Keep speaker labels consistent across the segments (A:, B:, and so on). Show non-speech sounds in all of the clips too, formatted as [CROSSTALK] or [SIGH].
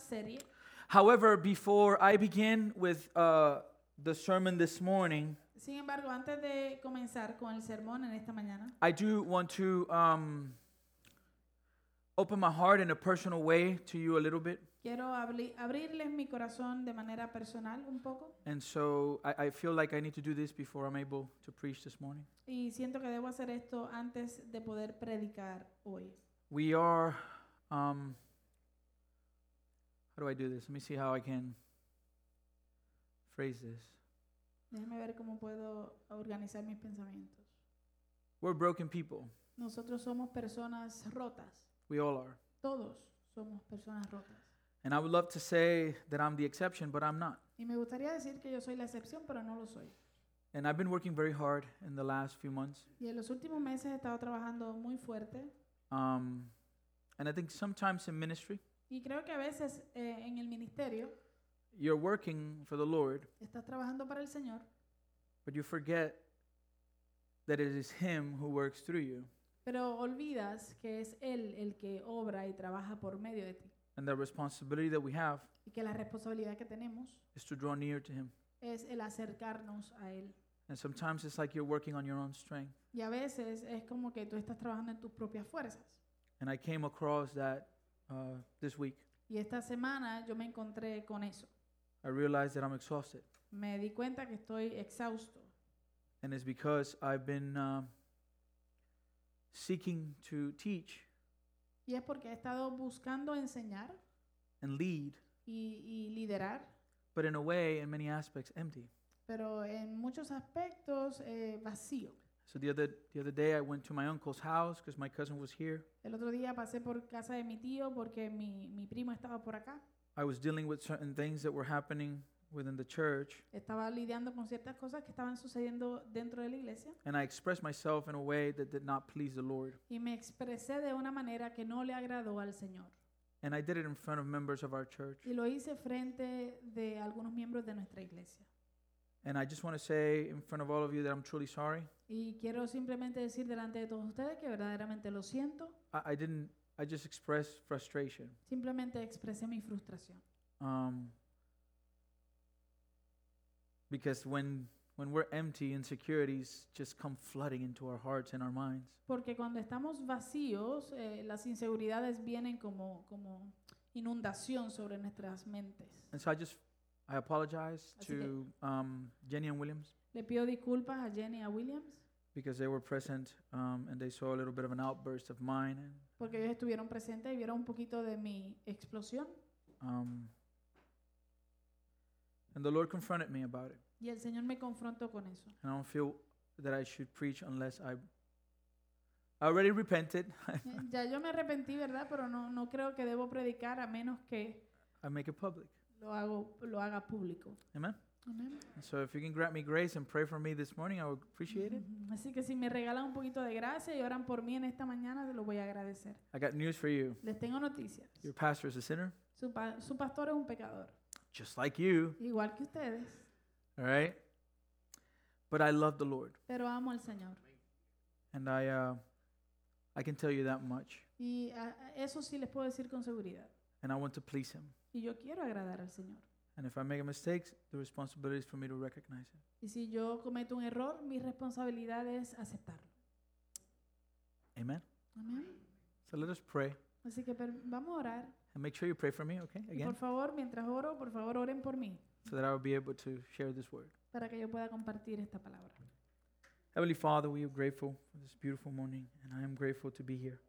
A: serie.
B: However, before I begin with uh, the sermon this morning,
A: Sin embargo, antes de comenzar con el sermón en esta mañana,
B: I do want to um, open my heart in a personal way to you a little bit.
A: quiero abri- abrirles mi corazón de manera personal un poco
B: And so I, I feel like I need to do this before I'm able to preach this morning.
A: y siento que debo hacer esto antes de poder predicar hoy.
B: We are, um, how do I do this? Let me see how I can phrase this.
A: Déjenme ver cómo puedo organizar mis pensamientos.
B: We're broken people.
A: Nosotros somos personas rotas,
B: We all are.
A: todos somos personas rotas.
B: And I would love to say that I'm the exception, but I'm not.
A: Y me gustaría decir que yo soy la excepción, pero no lo soy.
B: And I've been working very hard in the last few months.
A: Y en los últimos meses he estado trabajando muy fuerte
B: Um, and I think sometimes in ministry,
A: y creo que a veces eh, en el ministerio
B: you're working for the Lord,
A: estás trabajando para el Señor,
B: but you forget that it is Him who works through you
A: pero olvidas que es Él el que obra y trabaja por medio de ti
B: and the responsibility that we have
A: y que la responsabilidad que tenemos
B: is to draw near to Him.
A: es el acercarnos a Él.
B: And sometimes it's like you're working on your own strength.
A: Y a veces es como que tú estás trabajando en tus propias fuerzas.
B: And I came across that uh, this week.
A: Y esta semana yo me encontré con eso.
B: I realized that I'm exhausted,
A: Me di cuenta que estoy exhausto
B: and it's because I've been uh, seeking to teach
A: y es porque he estado buscando enseñar
B: and lead,
A: y, y liderar,
B: but in a way, in many aspects, empty.
A: pero en muchos aspectos eh, vacío.
B: So the other the other day, I went to my uncle's house because my cousin was here.
A: El otro día pasé por casa de mi tío porque mi, mi primo estaba por acá.
B: I was dealing with certain things that were happening within the church,
A: Estaba lidiando con ciertas cosas que estaban sucediendo dentro de la iglesia
B: and I expressed myself in a way that did not please the Lord.
A: y me expresé de una manera que no le agradó al Señor.
B: And I did it in front of members of our church.
A: Y lo hice frente de algunos miembros de nuestra iglesia.
B: And I just want to say in front of all of you that I'm truly sorry.
A: Y quiero simplemente decir delante de todos ustedes que verdaderamente lo siento,
B: I, I didn't. I just expressed frustration.
A: simplemente expresé mi frustración.
B: Um, because when when we're empty, insecurities just come flooding into our hearts and our minds.
A: Porque cuando estamos vacíos, eh, las inseguridades vienen como, como inundación sobre nuestras mentes.
B: And so I just I apologize
A: That's okay.
B: to um, Jenny and Williams
A: Le pido disculpas a Jenny y a Williams
B: because they were present um, and they saw a little bit of an outburst of mine. And,
A: porque ellos estuvieron presentes y vieron un poquito de mi explosión.
B: um, and the Lord confronted me about it,
A: Y el Señor me confrontó con
B: [LAUGHS]
A: eso.
B: and I don't feel that I should preach unless I. I already repented.
A: Eh, Ya yo me arrepentí, ¿verdad? Pero no, no creo que debo predicar a menos que
B: I make it public.
A: lo, hago, lo haga público.
B: Amen.
A: Amén.
B: And so if you can grant me grace and pray for me this morning, I would appreciate it.
A: Así que si me regalan un poquito de gracia y oran por mí en esta mañana, se lo voy a agradecer.
B: I got news for you.
A: Les tengo noticias.
B: Your pastor is a sinner,
A: Su, pa- su pastor es un pecador,
B: just like you.
A: igual que ustedes,
B: All right. But I love the Lord,
A: pero amo al Señor.
B: and I, uh, I can tell you that much.
A: Y a- a- eso sí les puedo decir con seguridad.
B: And I want to please Him.
A: Y yo quiero agradar al Señor.
B: And if I make a mistake, the responsibility is for me to recognize it.
A: Y si yo cometo un error, mi responsabilidad es aceptarlo.
B: Amen.
A: Amén.
B: So let us pray
A: Así que per- vamos a orar.
B: and make sure you pray for me, okay?
A: Y por
B: Again,
A: favor, mientras oro, por favor, oren por mí
B: so that I will be able to share this word.
A: para que yo pueda compartir esta palabra.
B: Heavenly Father, we are grateful for this beautiful morning, and I am grateful to be here.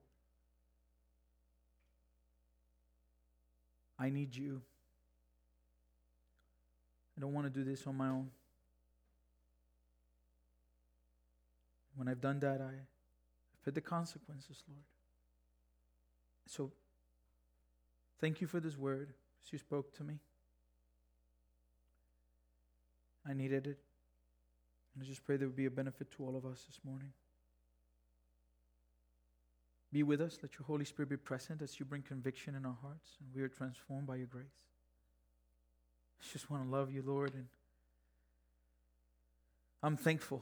B: I need you. I don't want to do this on my own. When I've done that, I fit the consequences, Lord. So thank you for this word as you spoke to me. I needed it. And I just pray there would be a benefit to all of us this morning. Be with us. Let your Holy Spirit be present as you bring conviction in our hearts and we are transformed by your grace. I just want to love you, Lord. And I'm thankful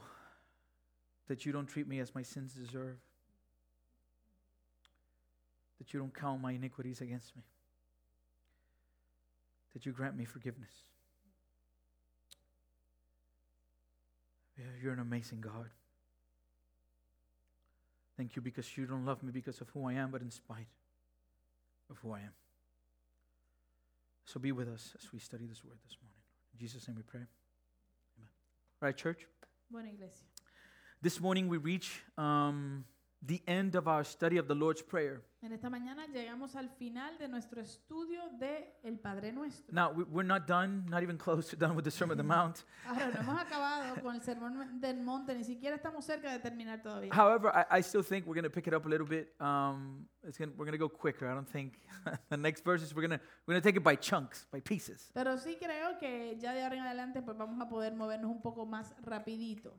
B: that you don't treat me as my sins deserve, that you don't count my iniquities against me. that you grant me forgiveness. Yeah, you're an amazing God. Thank you because you don't love me because of who I am, but in spite of who I am. So be with us as we study this word this morning. In Jesus' name we pray. Amen. All right, church.
A: Bueno, iglesia.
B: This morning we reach um, the end of our study of the Lord's Prayer.
A: En esta mañana llegamos al final de nuestro estudio de El Padre Nuestro.
B: Now, we- we're not done, not even close to done with the Sermon on the Mount.
A: Ahora, no hemos acabado con el sermón del monte, ni siquiera estamos cerca de terminar todavía.
B: However, I, I still think we're going to pick it up a little bit. Um, it's gonna, we're going to go quicker. I don't think [LAUGHS] the next verses, we're going to we're gonna take it by chunks, by pieces.
A: Pero sí creo que ya de ahora en adelante pues vamos a poder movernos un poco más rapidito.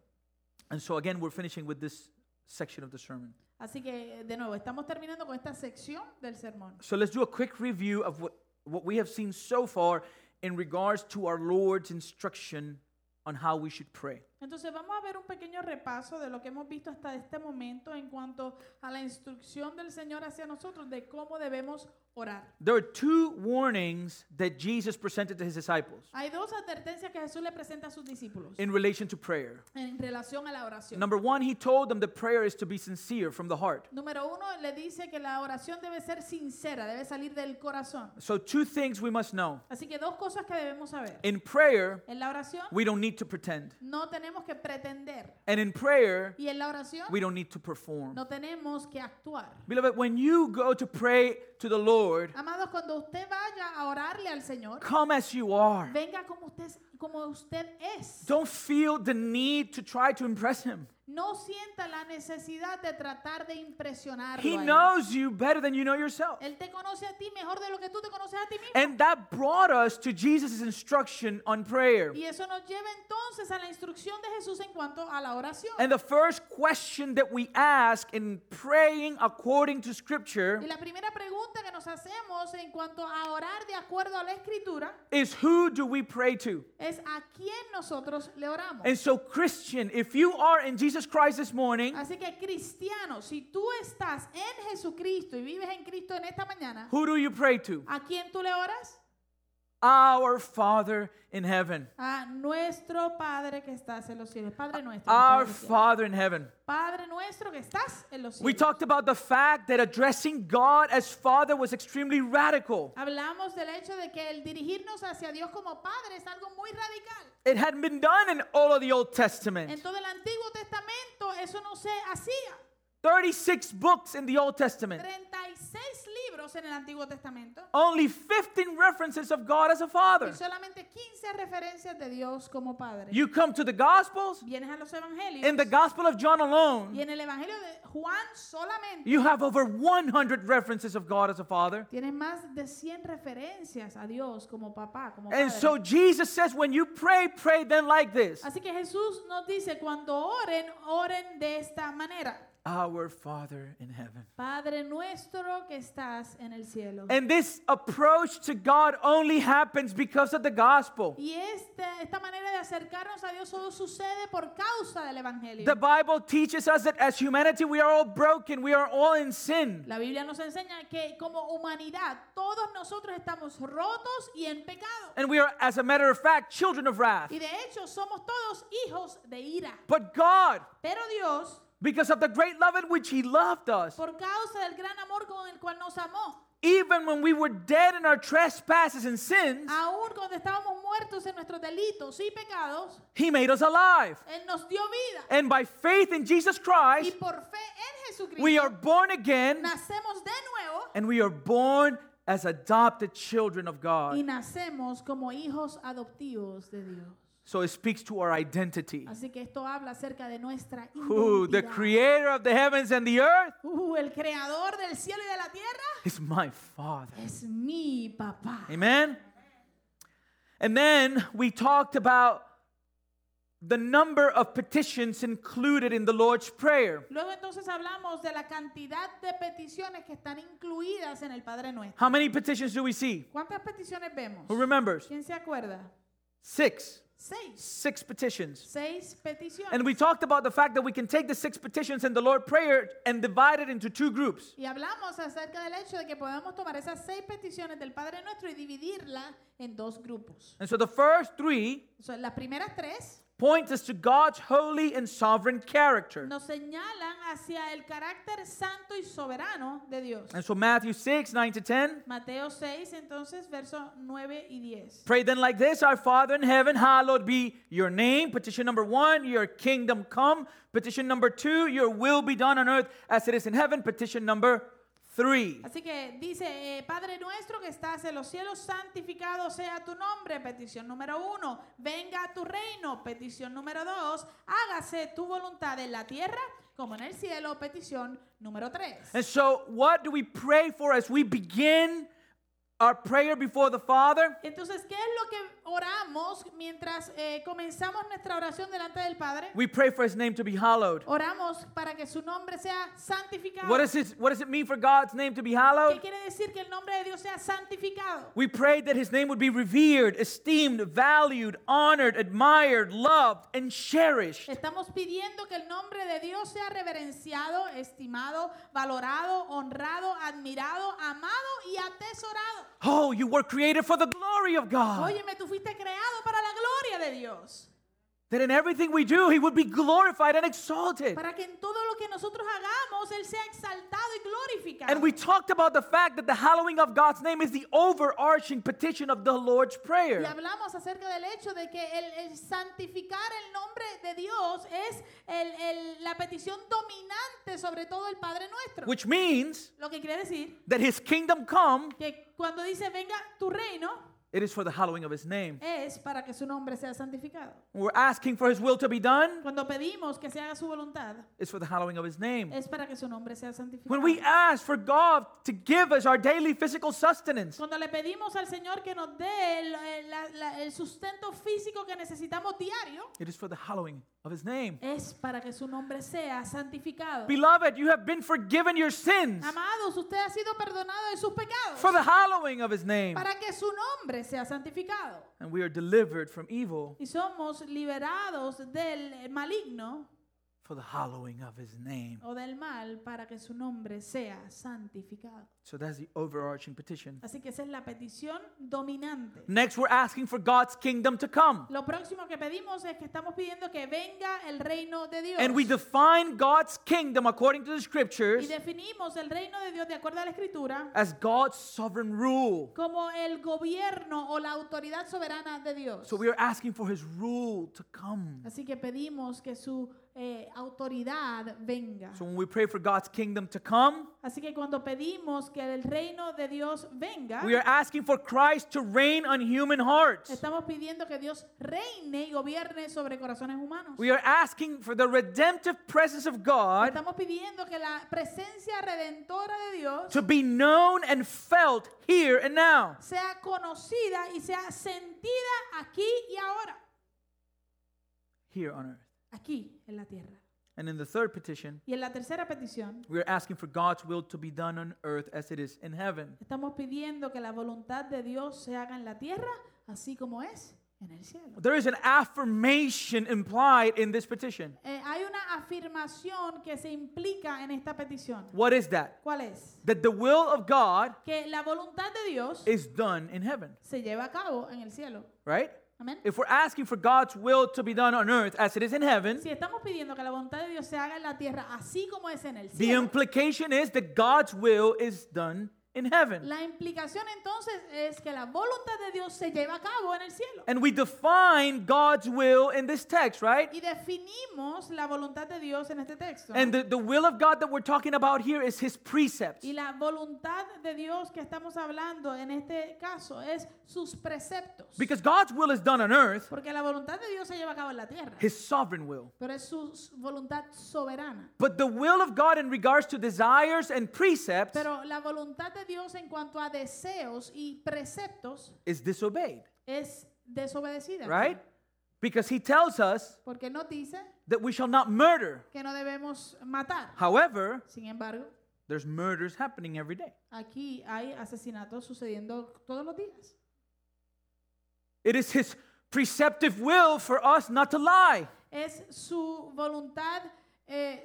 B: And so, again, we're finishing with this section of the sermon.
A: Así que, de nuevo, estamos terminando con esta sección del sermón.
B: So let's do a quick review of what, what we have seen so far in regards to our Lord's instruction on how we should pray.
A: Entonces vamos a ver un pequeño repaso de lo que hemos visto hasta este momento en cuanto a la instrucción del Señor hacia nosotros de cómo debemos orar.
B: There are two warnings that Jesus presented to his disciples
A: Hay dos advertencias que Jesús le presenta a sus discípulos
B: in relation to prayer.
A: en relación a la oración.
B: Number one, he told them that prayer is to be sincere from the heart.
A: Número uno, le dice que la oración debe ser sincera, debe salir del corazón.
B: So, two things we must know.
A: Así que dos cosas que debemos saber.
B: In prayer,
A: En la oración
B: we don't need to pretend,
A: no tenemos que pretender
B: and in prayer,
A: y en la oración
B: we don't need to perform.
A: no tenemos que actuar.
B: Beloved, when you go to pray to the Lord,
A: Amados, cuando usted vaya a orarle al Señor,
B: come as you are.
A: venga como usted, es- como usted es.
B: Don't feel the need to try to impress him.
A: No sienta la necesidad de tratar de impresionarlo.
B: He
A: a él.
B: knows you better than you know yourself.
A: Él te conoce a ti mejor de lo que tú te conoces a ti mismo.
B: And that brought us to Jesus' instruction on prayer.
A: Y eso nos lleva entonces a la instrucción de Jesús en cuanto a la oración.
B: And the first question that we ask in praying according to Scripture
A: Y la primera pregunta que nos hacemos en cuanto a orar de acuerdo a la escritura
B: is who do we pray to?
A: es a quién nosotros le oramos.
B: And so, Christian, if you are in Jesus Christ this morning,
A: Así que cristiano, si tú estás en Jesucristo y vives en Cristo en esta mañana,
B: who do you pray to?
A: ¿a quién tú le oras?
B: Our Father in heaven.
A: A nuestro Padre que estás en los cielos, Padre nuestro. que
B: Our
A: estás en los cielos.
B: Father in heaven.
A: Padre nuestro que estás en los
B: We
A: cielos.
B: talked about the fact that addressing God as Father was extremely radical.
A: Hablamos del hecho de que el dirigirnos hacia Dios como Padre es algo muy radical.
B: It hadn't been done in all of the Old Testament.
A: En todo el Antiguo Testamento eso no se hacía.
B: 36 books in the Old Testament.
A: 36 libros en el Antiguo Testamento
B: Only 15 references of God as a
A: y
B: father.
A: solamente 15 referencias de Dios como Padre.
B: You come to the Gospels,
A: Vienes a los
B: in
A: evangelios
B: the Gospel of John
A: y
B: alone,
A: en el Evangelio de Juan solamente
B: you have over 100 references of God as a father.
A: tienes más de 100 referencias a Dios como papá, como padre.
B: And so Jesus says, when you pray, pray then like this
A: Así que Jesús nos dice, cuando oren, oren de esta manera.
B: Our Father in heaven.
A: Padre nuestro que estás en el cielo.
B: And this approach to God only happens because of the Gospel.
A: Y esta, esta manera de acercarnos a Dios solo sucede por causa del Evangelio.
B: The Bible teaches us that as humanity, we are all broken, we are all in sin.
A: La Biblia nos enseña que como humanidad todos nosotros estamos rotos y en pecado.
B: And we are, as a matter of fact, children of wrath.
A: Y de hecho somos todos hijos de ira.
B: But God,
A: Pero Dios,
B: because of the great love in which He loved us,
A: por causa del gran amor con el cual nos amó,
B: even when we were dead in our trespasses and sins,
A: aun cuando estábamos muertos en nuestros delitos y pecados,
B: He made us alive.
A: Él nos dio vida.
B: And by faith in Jesus
A: Y
B: Christ,
A: por fe en
B: we are
A: Jesucristo
B: born again
A: nacemos de nuevo
B: and we are born as adopted children of
A: y
B: God.
A: nacemos como hijos adoptivos de Dios.
B: So it speaks to our identity.
A: Así que esto habla acerca de nuestra
B: Who, the
A: identidad.
B: creator of the heavens and the earth,
A: Uh, el creador del cielo y de la tierra
B: is my Father.
A: es mi papá.
B: Amen. And then we talked about the number of petitions included in the Lord's Prayer.
A: Luego entonces hablamos de la cantidad de peticiones que están incluidas en el Padre Nuestro.
B: How many petitions do we see?
A: ¿Cuántas peticiones vemos?
B: Who remembers?
A: ¿Quién se acuerda?
B: Six.
A: seis,
B: six petitions.
A: seis peticiones.
B: And we talked about the fact that we can take the six petitions in the Lord Prayer and divide it into two groups.
A: Y hablamos acerca del hecho de que podemos tomar esas seis peticiones del Padre Nuestro y dividirlas en dos grupos.
B: And so the first three
A: So, las primeras tres
B: point us to God's holy and sovereign character.
A: nos señalan hacia el carácter santo y soberano de Dios.
B: And so Matthew 6, 9 to 10.
A: Mateo 6, entonces, versos 9 y 10.
B: Pray then like this Our Father in heaven, hallowed be your name. Petition number one, your kingdom come. Petition number two, your will be done on earth as it is in heaven. Petition number three.
A: Así que dice, eh, Padre nuestro que estás en los cielos, santificado sea tu nombre, petición número uno, venga a tu reino, petición número dos, hágase tu voluntad en la tierra como en el cielo, petición número tres.
B: And so, what do we pray for as we begin our prayer before the Father?
A: Entonces, ¿qué es lo que oramos mientras eh, comenzamos nuestra oración delante del Padre?
B: We pray for His name to be hallowed.
A: Oramos para que su nombre sea santificado.
B: What, is his, what does it mean for God's name to be
A: ¿Qué
B: hallowed?
A: quiere decir que el nombre de Dios sea santificado?
B: We pray that His name would be revered, esteemed, valued, honored, admired, loved, and cherished.
A: Estamos pidiendo que el nombre de Dios sea reverenciado, estimado, valorado, honrado, admirado, amado y atesorado.
B: Oh, you were created for the glory of God.
A: Óyeme, tú fuiste creado para la gloria de Dios.
B: That in everything we do, He would be glorified and exalted.
A: Para que en todo lo que nosotros hagamos, Él sea exaltado y glorificado.
B: And we talked about the fact that the hallowing of God's name is the overarching petition of the Lord's
A: Y
B: Prayer.
A: hablamos acerca del hecho de que el, el santificar el nombre de Dios es el- el- la petición dominante sobre todo el Padre nuestro.
B: Which means
A: Lo que quiere decir
B: that His kingdom come,
A: que cuando dice venga tu reino,
B: it is for the hallowing of His name.
A: es para que su nombre sea santificado.
B: We're asking for His will to be done,
A: Cuando pedimos que se haga su voluntad,
B: it's for the hallowing of His name.
A: es para que su nombre sea santificado.
B: When we ask for God to give us our daily physical sustenance,
A: Cuando le pedimos al Señor que nos dé el, el- la- la- el sustento físico que necesitamos diario,
B: it is for the hallowing of His name.
A: es para que su nombre sea santificado.
B: Beloved, you have been forgiven your sins
A: Amados, usted ha sido perdonado de sus pecados
B: for the hallowing of His name.
A: para que su nombre sea santificado.
B: And we are delivered from evil
A: Y somos liberados del maligno
B: for the hallowing of His name.
A: o del mal para que su nombre sea santificado.
B: So that's the overarching petition.
A: Así que esa es la petición dominante.
B: Next, we're asking for God's kingdom to come.
A: Lo próximo que pedimos es que estamos pidiendo que venga el reino de Dios.
B: And we define God's kingdom according to the
A: y
B: scriptures
A: definimos el reino de Dios de acuerdo a la escritura
B: as God's sovereign rule.
A: como el gobierno o la autoridad soberana de Dios.
B: So we are asking for his rule to come.
A: Así que pedimos que su eh, autoridad venga.
B: So when we pray for God's kingdom to come,
A: Así que cuando pedimos que el reino de Dios venga,
B: we are asking for Christ to reign on human hearts.
A: estamos pidiendo que Dios reine y gobierne sobre corazones humanos.
B: We are asking for the redemptive presence of God
A: Estamos pidiendo que la presencia redentora de Dios
B: to be known and felt here and now.
A: sea conocida y sea sentida aquí y ahora,
B: Here on earth.
A: aquí en la tierra.
B: And in the third petition,
A: Y en la tercera petición,
B: we are asking for God's will to be done on earth as it is in heaven.
A: estamos pidiendo que la voluntad de Dios se haga en la tierra, así como es en el cielo.
B: There is an affirmation implied in this petition.
A: Eh, hay una afirmación que se implica en esta petición.
B: What is that?
A: ¿Cuál es?
B: That the will of God
A: Que la voluntad de Dios
B: is done in heaven,
A: se lleva a cabo en el cielo.
B: right?
A: Amén.
B: If we're asking for God's will to be done on earth as it is in heaven,
A: Si estamos pidiendo que la voluntad de Dios se haga en la tierra, así como es en el
B: the
A: cielo,
B: implication is that God's will is done in heaven.
A: la implicación entonces es que la voluntad de Dios se lleva a cabo en el cielo.
B: And we define God's will in this text, right?
A: Y definimos la voluntad de Dios en este texto. ¿no?
B: And the, the will of God that we're talking about here is His precepts.
A: y la voluntad de Dios que estamos hablando en este caso es sus preceptos.
B: Because God's will is done on earth,
A: Porque la voluntad de Dios se lleva a cabo en la tierra,
B: His sovereign will.
A: pero es su s- voluntad soberana.
B: But the will of God in regards to desires and precepts
A: Pero la voluntad de Dios en cuanto a deseos y preceptos
B: is disobeyed,
A: es desobedecida.
B: right? Because He tells us
A: Porque nos dice
B: that we shall not murder.
A: que no debemos matar.
B: However,
A: Sin embargo,
B: there's murders happening every day.
A: aquí hay asesinatos sucediendo todos los días.
B: It is His preceptive will for us not to lie.
A: Es su voluntad eh,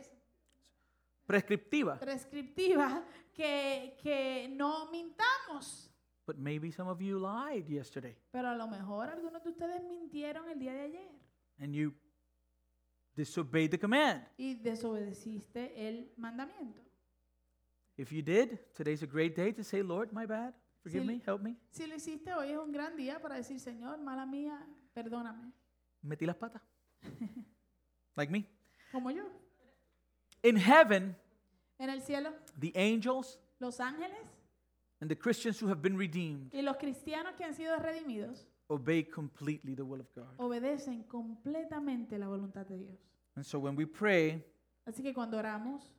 B: Prescriptiva.
A: prescriptiva que, que no mintamos.
B: But maybe some of you lied yesterday
A: Pero a lo mejor algunos de ustedes mintieron el día de ayer
B: and you disobeyed the command.
A: y desobedeciste el mandamiento.
B: If you did, today's a great day to say, Lord, my bad. Forgive
A: Sí.
B: me, help me.
A: Si lo hiciste hoy es un gran día para decir, Señor, mala mía, perdóname,
B: Metí
A: [LAUGHS]
B: las patas. like me.
A: como yo.
B: In heaven,
A: En el cielo,
B: the angels
A: los ángeles
B: and the Christians who have been redeemed
A: y los cristianos que han sido redimidos
B: obey completely the will of God.
A: obedecen completamente la voluntad de Dios.
B: And so when we pray
A: Así que cuando oramos,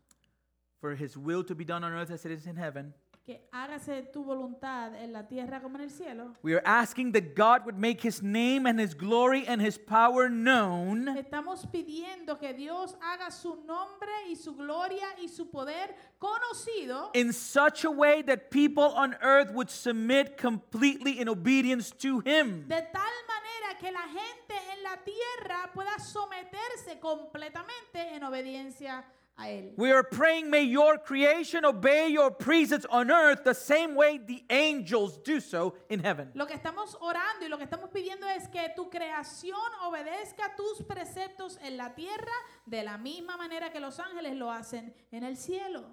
B: for his will to be done on earth as it is in heaven,
A: que hágase tu voluntad en la tierra como en el cielo,
B: we are asking that God would make his name and his glory and his power known
A: Estamos pidiendo que Dios haga su nombre y su gloria y su poder conocido
B: in such a way that people on earth would submit completely in obedience to him.
A: de tal manera que la gente en la tierra pueda someterse completamente en obediencia a Él.
B: We are praying, may your creation obey your precepts on earth the same way the angels do so in heaven.
A: Lo que estamos orando y lo que estamos pidiendo es que tu creación obedezca tus preceptos en la tierra de la misma manera que los ángeles lo hacen en el cielo.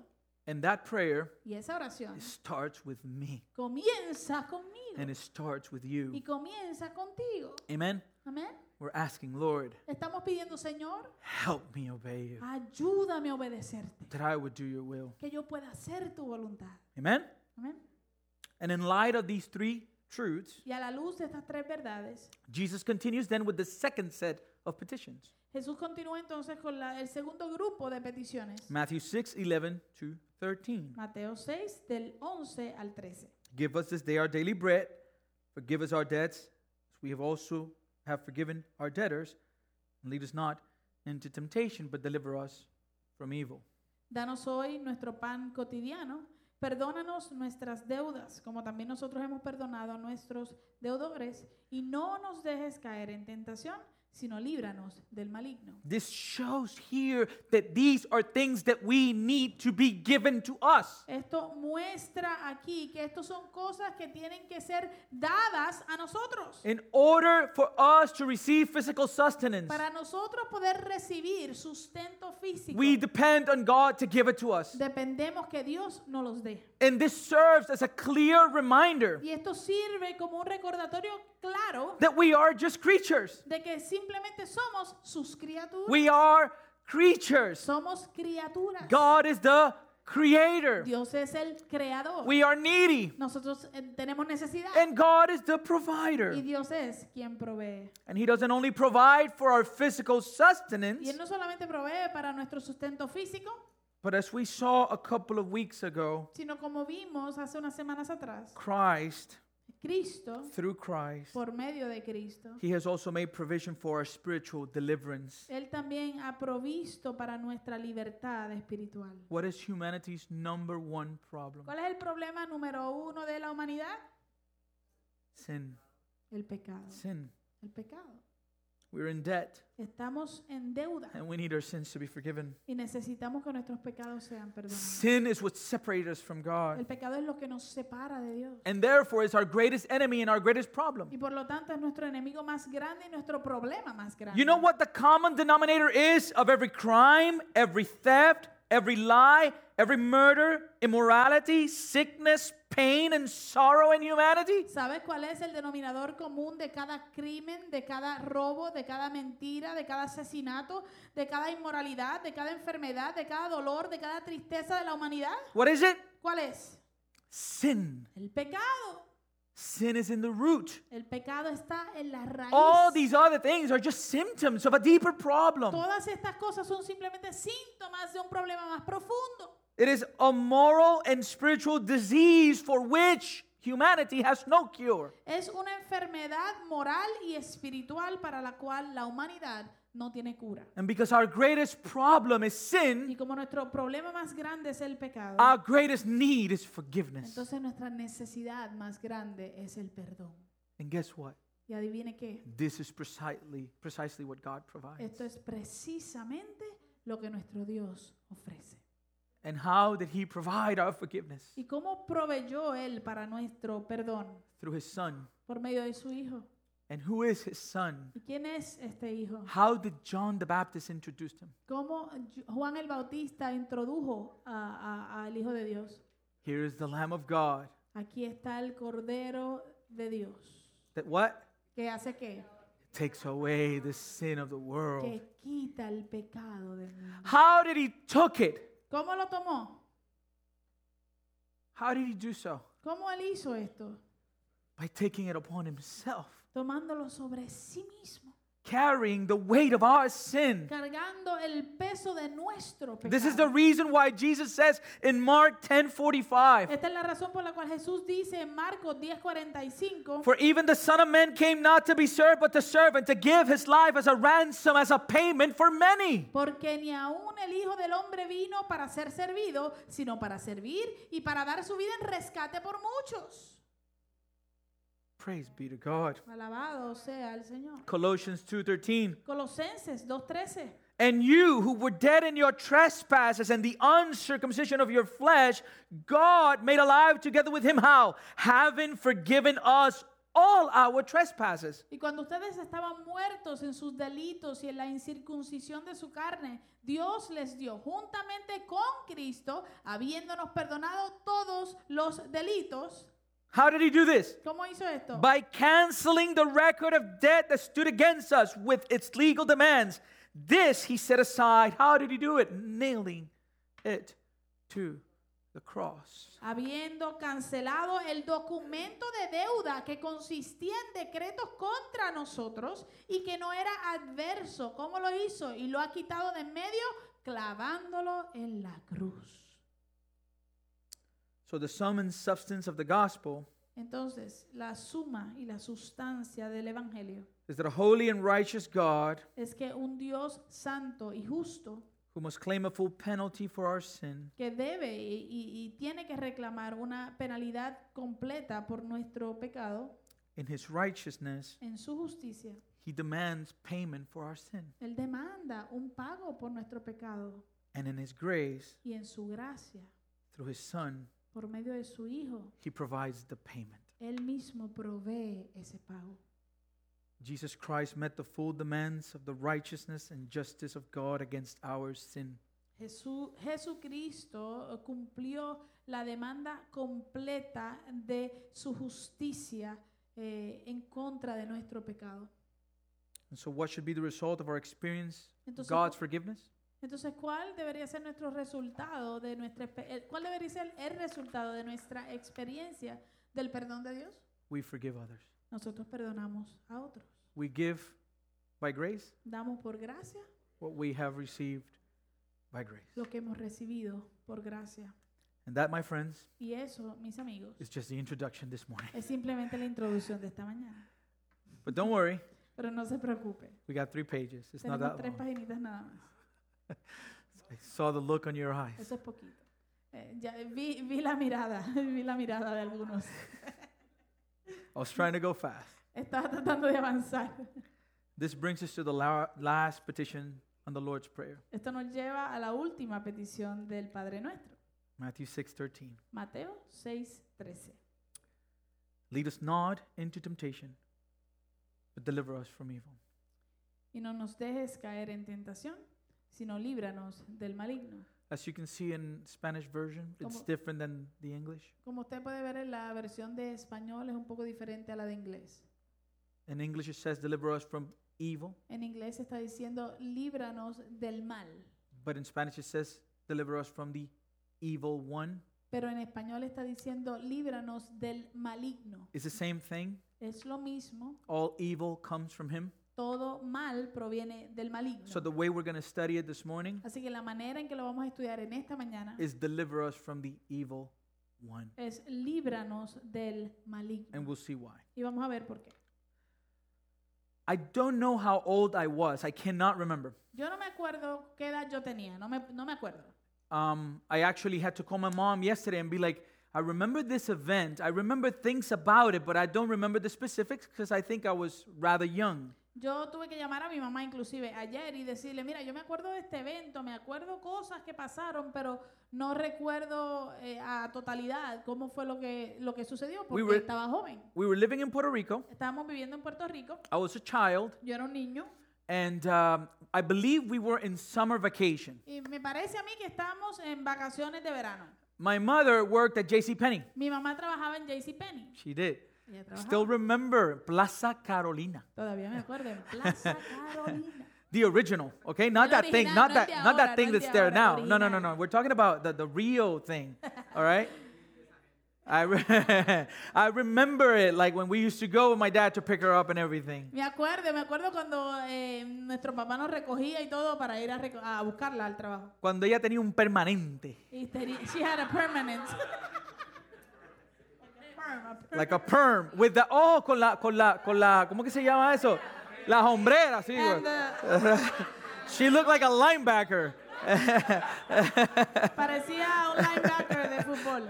B: And that prayer
A: Y esa oración
B: starts with me
A: comienza conmigo
B: and it starts with
A: y
B: you.
A: comienza contigo.
B: Amen.
A: Amén.
B: We're asking, Lord,
A: Estamos pidiendo, Señor,
B: help me obey you,
A: ayúdame a obedecerte,
B: that I would do your will.
A: que yo pueda hacer tu voluntad.
B: Amen.
A: Amén.
B: And in light of these three truths,
A: Y a la luz de estas tres verdades,
B: Jesus continues then with the second set of petitions.
A: Jesús continúa entonces con la- el segundo grupo de peticiones.
B: Matthew 6, 11 to 13.
A: Mateo 6, del 11 al 13.
B: Give us this day our daily bread. Forgive us our debts, as we have also have forgiven our debtors. And lead us not into temptation, but deliver us from evil.
A: Danos hoy nuestro pan cotidiano. Perdónanos nuestras deudas, como también nosotros hemos perdonado a nuestros deudores. Y no nos dejes caer en tentación, sino líbranos del maligno.
B: This shows here that these are things that we need to be given to us.
A: Esto muestra aquí que estos son cosas que tienen que ser dadas a nosotros.
B: In order for us to receive physical sustenance,
A: Para nosotros poder recibir sustento físico,
B: we depend on God to give it to us.
A: dependemos que Dios nos los dé.
B: And this serves as a clear reminder
A: Y esto sirve como un recordatorio claro
B: that we are just creatures.
A: de que simplemente somos sus criaturas.
B: We are creatures.
A: somos criaturas.
B: God is the creator.
A: Dios es el creador.
B: We are needy.
A: nosotros eh, tenemos necesidad.
B: And God is the
A: y
B: provider.
A: Dios es quien provee.
B: And He doesn't only provide for our physical
A: Y
B: sustenance,
A: Él no solamente provee para nuestro sustento físico,
B: but as we saw a couple of weeks ago,
A: sino como vimos hace unas semanas atrás,
B: Christ,
A: Cristo,
B: through Christ,
A: por medio de Cristo,
B: He has also made provision for our spiritual deliverance.
A: Él también ha provisto para nuestra libertad espiritual.
B: What is humanity's number one problem?
A: ¿Cuál es el problema número uno de la humanidad?
B: Sin.
A: El pecado.
B: Sin.
A: El pecado.
B: We're in debt
A: Estamos en deuda
B: and we need our sins to be forgiven.
A: y necesitamos que nuestros pecados sean perdonados.
B: Sin is what separates us from God
A: El pecado es lo que nos separa de Dios
B: and therefore is our greatest enemy and our greatest problem.
A: y por lo tanto es nuestro enemigo más grande y nuestro problema más grande.
B: You know what the common denominator is of every crime, every theft, every lie, every murder, immorality, sickness, pain, and sorrow in humanity?
A: ¿Sabes cuál es el denominador común de cada crimen, de cada robo, de cada mentira, de cada asesinato, de cada inmoralidad, de cada enfermedad, de cada dolor, de cada tristeza de la humanidad?
B: What is it?
A: ¿Cuál es?
B: Sin.
A: El pecado.
B: Sin is in the root.
A: El pecado está en la raíz.
B: All these other things are just symptoms of a deeper problem.
A: Todas estas cosas son simplemente síntomas de un problema más profundo.
B: It is a moral and spiritual disease for which humanity has no cure.
A: Es una enfermedad moral y espiritual para la cual la humanidad no tiene cura.
B: And because our greatest problem is sin,
A: Y como nuestro problema más grande es el pecado,
B: our greatest need is forgiveness.
A: Entonces nuestra necesidad más grande es el perdón.
B: And guess what?
A: Y adivine qué.
B: This is precisely, precisely what God provides.
A: Esto es precisamente lo que nuestro Dios ofrece.
B: And how did He provide our forgiveness?
A: ¿Y cómo proveyó Él para nuestro perdón?
B: Through His Son.
A: Por medio de su Hijo.
B: And who is His Son?
A: ¿Y quién es este Hijo?
B: How did John the Baptist introduce Him?
A: ¿Cómo Ju- Juan el Bautista introdujo a- a- al Hijo de Dios?
B: Here is the Lamb of God
A: Aquí está el Cordero de Dios.
B: that what?
A: ¿Qué hace qué?
B: Takes away the sin of the world.
A: Que quita el pecado del mundo.
B: How did He took it?
A: ¿Cómo lo tomó?
B: How did He do so?
A: ¿Cómo él hizo esto?
B: By taking it upon Himself.
A: Tomándolo sobre sí mismo.
B: Carrying the weight of our sin.
A: Cargando el peso de nuestro pecado.
B: This is the reason why Jesus says in Mark 10:45,
A: Esta es la razón por la cual Jesús dice en Marcos 10:45,
B: for even the son of man came not to be served but to serve and to give his life as a ransom as a payment for many.
A: porque ni aún el Hijo del Hombre vino para ser servido, sino para servir y para dar su vida en rescate por muchos.
B: Praise be to God.
A: Alabado sea el Señor.
B: Colossians 2:13,
A: Colosenses 2:13.
B: and you who were dead in your trespasses and the uncircumcision of your flesh, God made alive together with him how having forgiven us all our trespasses.
A: Y cuando ustedes estaban muertos en sus delitos y en la incircuncisión de su carne, Dios les dio juntamente con Cristo, habiéndonos perdonado todos los delitos.
B: How did he do this?
A: ¿Cómo hizo esto?
B: by canceling the record of debt that stood against us with its legal demands. This he set aside. How did he do it? Nailing it to the cross.
A: habiendo cancelado el documento de deuda que consistía en decretos contra nosotros y que no era adverso. ¿Cómo lo hizo? Y lo ha quitado de en medio clavándolo en la cruz.
B: So the sum and substance of the gospel
A: Entonces, la suma y la sustancia del Evangelio
B: is that a holy and righteous God
A: es que un Dios santo y justo
B: who must claim a full penalty for our sin
A: que debe y, y- y tiene que reclamar una penalidad completa por nuestro pecado
B: in his righteousness,
A: en su justicia.
B: he demands payment for our sin.
A: Él demanda un pago por nuestro pecado
B: And in his grace,
A: y en su gracia,
B: through his son,
A: por medio de su Hijo,
B: he provides the payment.
A: Él mismo provee ese pago.
B: Jesus Christ met the full demands of the righteousness and justice of God against our sin.
A: Jesús, Jesucristo eh, cumplió la demanda completa de su justicia eh, en contra de nuestro pecado.
B: And so, what should be the result of our experience of
A: Entonces,
B: God's forgiveness?
A: Entonces, ¿cuál debería ser nuestro resultado de nuestra espe- el- cuál debería ser el resultado de nuestra experiencia del perdón de Dios?
B: We forgive others.
A: Nosotros perdonamos a otros.
B: We give by grace
A: Damos por gracia
B: what we have received by grace.
A: lo que hemos recibido por gracia.
B: And that, my friends,
A: Y eso, mis amigos,
B: is just the introduction this morning. [LAUGHS]
A: es simplemente la introducción de esta mañana.
B: But don't worry,
A: Pero no se preocupe.
B: we got three pages. It's not
A: Tenemos
B: that
A: tres
B: long.
A: paginitas nada más.
B: I saw the look on your eyes.
A: Eso es poquito. Eh, ya vi, vi la mirada, [LAUGHS] vi la mirada de algunos.
B: I was trying to go fast.
A: Estaba tratando de avanzar.
B: This brings us to the la- last petition on the Lord's Prayer,
A: Esto nos lleva a la última petición del Padre Nuestro.
B: Matthew 6:13.
A: Mateo 6:13.
B: Lead us not into temptation, but deliver us from evil.
A: Y no nos dejes caer en tentación, sino líbranos del maligno.
B: As you can see in Spanish version, it's
A: Como-
B: different than the English.
A: Como usted puede ver en la versión de español es un poco diferente a la de inglés.
B: In English, it says, "Deliver us from evil,"
A: En inglés está diciendo líbranos del mal,
B: but in Spanish, it says, "Deliver us from the evil one."
A: pero en español está diciendo líbranos del maligno.
B: It's the same thing.
A: Es lo mismo,
B: All evil comes from him.
A: todo mal proviene del maligno.
B: So the way we're going to study it this morning
A: Así que la manera en que lo vamos a estudiar en esta mañana
B: is deliver us from the evil one,
A: es líbranos del
B: and
A: maligno.
B: we'll see why.
A: Y vamos a ver por qué.
B: I don't know how old I was. I cannot remember.
A: Yo no me acuerdo qué edad yo tenía, no me, no me acuerdo.
B: Um, I actually had to call my mom yesterday and be like, I remember this event. I remember things about it, but I don't remember the specifics because I think I was rather young.
A: Yo tuve que llamar a mi mamá inclusive ayer y decirle, mira, yo me acuerdo de este evento, me acuerdo cosas que pasaron, pero no recuerdo eh, a totalidad cómo fue lo que, lo que sucedió, porque
B: were-
A: estaba joven.
B: We were living in Puerto Rico.
A: Estábamos viviendo en Puerto Rico,
B: I was a child,
A: yo era un niño,
B: and um, I believe we were in summer vacation.
A: y me parece a mí que estábamos en vacaciones de verano.
B: My mother worked at J.C. Penney.
A: Mi mamá trabajaba en JCPenney.
B: She did.
A: Ella
B: I
A: trabajaba.
B: Still remember Plaza Carolina,
A: Todavía me acuerdo, en
B: [LAUGHS]
A: Plaza Carolina.
B: the original. Okay, not
A: El
B: that thing,
A: original,
B: not
A: no
B: that,
A: el de
B: not
A: ahora,
B: that thing
A: no el
B: that's
A: de
B: there
A: ahora,
B: now.
A: el
B: No, no, no,
A: original.
B: no. We're talking about the, the real thing. All right. I, re- [LAUGHS] I remember it like when we used to go with my dad to pick her up and everything.
A: Me acuerdo, me acuerdo cuando eh, nuestro papá nos recogía y todo para ir a, reco- a buscarla al trabajo.
B: Cuando ella tenía un permanente,
A: Y tenía- she had a permanent. Perm, a perm.
B: like a perm with the oh con la con la con la ¿cómo que se llama eso? Las hombreras, sí. güey.
A: And, uh,
B: [LAUGHS] She looked like a linebacker.
A: parecía un linebacker de fútbol.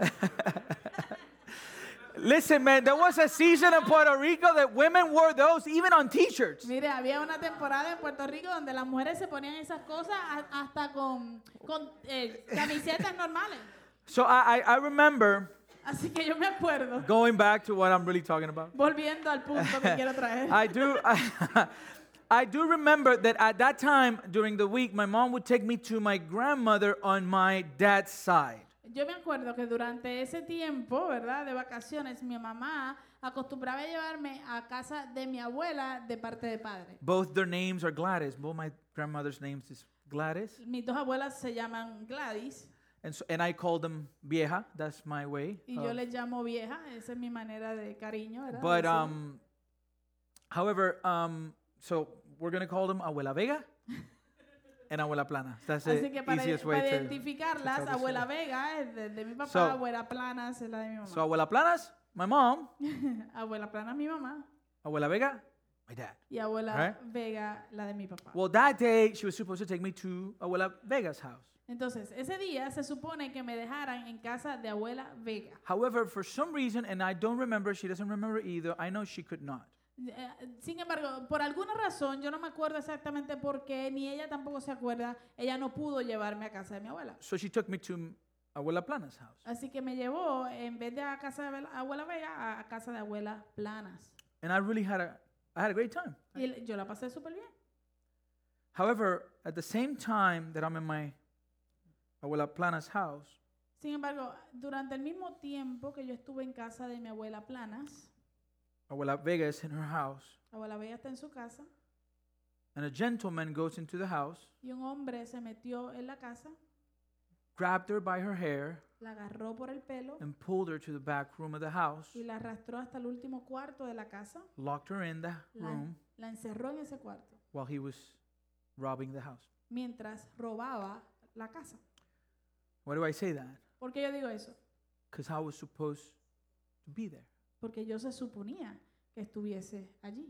B: Listen, man, there was a season in Puerto Rico that women wore those even on t-shirts.
A: Mire, había una temporada en Puerto Rico donde las mujeres se ponían esas cosas a- hasta con, con, eh, camisetas normales.
B: So I, I, I remember
A: Así que yo me acuerdo,
B: going back to what I'm really talking about.
A: volviendo al punto que quiero traer.
B: I do [LAUGHS] I, I do remember that at that time during the week, my mom would take me to my grandmother on my dad's side.
A: Yo me acuerdo que durante ese tiempo, ¿verdad? De vacaciones, mi mamá acostumbraba a llevarme a casa de mi abuela de parte de padre.
B: Both their names are Gladys. Both my grandmother's names is Gladys,
A: Mis dos abuelas se llaman Gladys
B: and so, and I call them vieja. That's my way.
A: y
B: of-
A: yo les llamo vieja, esa es mi manera de cariño, ¿verdad?
B: Oh. But
A: Decir-
B: um, however, um, so we're gonna call them Abuela Vega and Abuela Plana. That's
A: Así
B: the
A: que para,
B: easiest
A: para
B: way to.
A: identificarlas,
B: tell the
A: abuela Vega es de, de mi papá,
B: So-
A: abuela Plana es la de mi mamá.
B: So Abuela Plana's my mom,
A: abuela Plana es mi mamá
B: Abuela Vega, my dad.
A: y abuela
B: Alright.
A: Vega la de mi papá.
B: Well, that day she was supposed to take me to Abuela Vega's house.
A: Entonces, ese día se supone que me dejaran en casa de abuela Vega.
B: However, for some reason, and I don't remember, she doesn't remember either. I know she could not.
A: Eh, Sin embargo, por alguna razón, yo no me acuerdo exactamente por qué, ni ella tampoco se acuerda, ella no pudo llevarme a casa de mi abuela.
B: So she took me to Abuela Plana's house,
A: Así que me llevó, en vez de a casa de abuela- abuela Vega, a- a casa de abuela Planas.
B: and I really had a I had a great time.
A: Y el- yo la pasé súper bien.
B: However, at the same time that I'm in my Abuela Plana's house,
A: Sin embargo, durante el mismo tiempo que yo estuve en casa de mi abuela Planas,
B: Abuela Vega is in her house,
A: abuela Vega está en su casa,
B: and a gentleman goes into the house,
A: y un hombre se metió en la casa,
B: grabbed her by her hair,
A: la agarró por el pelo
B: and pulled her to the back room of the house,
A: y la arrastró hasta el último cuarto de la casa,
B: locked her in the
A: la,
B: room
A: la encerró en ese cuarto.
B: while he was robbing the house.
A: mientras robaba la casa.
B: Why do I say that?
A: ¿Por qué yo digo eso?
B: Because I was supposed to be there.
A: Porque yo se suponía que estuviese allí.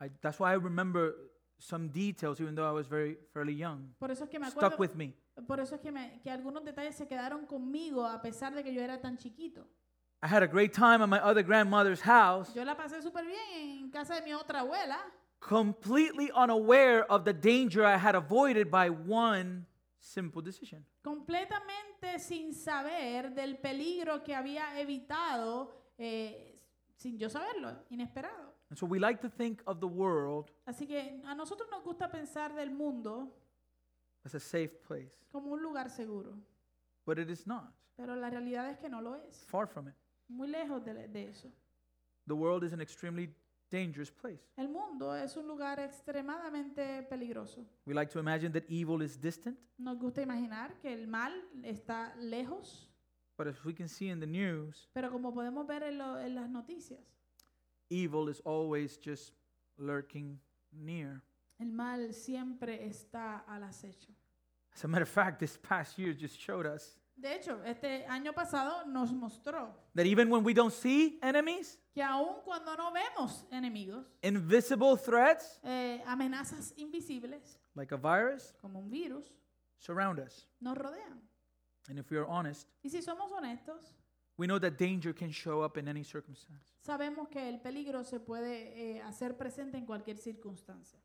B: I, that's why I remember some details, even though I was very fairly young.
A: Por eso es que me
B: Stuck
A: acuerdo,
B: with me.
A: por eso es que, me- que algunos detalles se quedaron conmigo a pesar de que yo era tan chiquito.
B: I had a great time at my other grandmother's house,
A: Yo la pasé súper bien en casa de mi otra abuela,
B: completely unaware of the danger I had avoided by one simple decision.
A: completamente sin saber del peligro que había evitado, eh, sin yo saberlo, inesperado.
B: And so we like to think of the world
A: Así que a nosotros nos gusta pensar del mundo
B: as a safe place,
A: como un lugar seguro,
B: but it is not.
A: pero la realidad es que no lo es.
B: Far from it.
A: Muy lejos de, de eso.
B: The world is an extremely dangerous place.
A: El mundo es un lugar extremadamente peligroso.
B: We like to imagine that evil is distant,
A: Nos gusta imaginar que el mal está lejos,
B: but as we can see in the news,
A: pero como podemos ver en, lo- en las noticias,
B: evil is always just lurking near.
A: el mal siempre está al acecho.
B: As a matter of fact, this past year just showed us
A: De hecho, este año pasado nos mostró
B: that even when we don't see enemies,
A: que aun cuando no vemos enemigos,
B: invisible threats
A: eh, amenazas invisibles,
B: like a virus
A: como un virus,
B: surround us.
A: nos rodean.
B: And if we are honest,
A: Y si somos honestos,
B: We know that danger can show up in any circumstance.
A: Sabemos que el peligro se puede eh, hacer presente en cualquier circunstancia.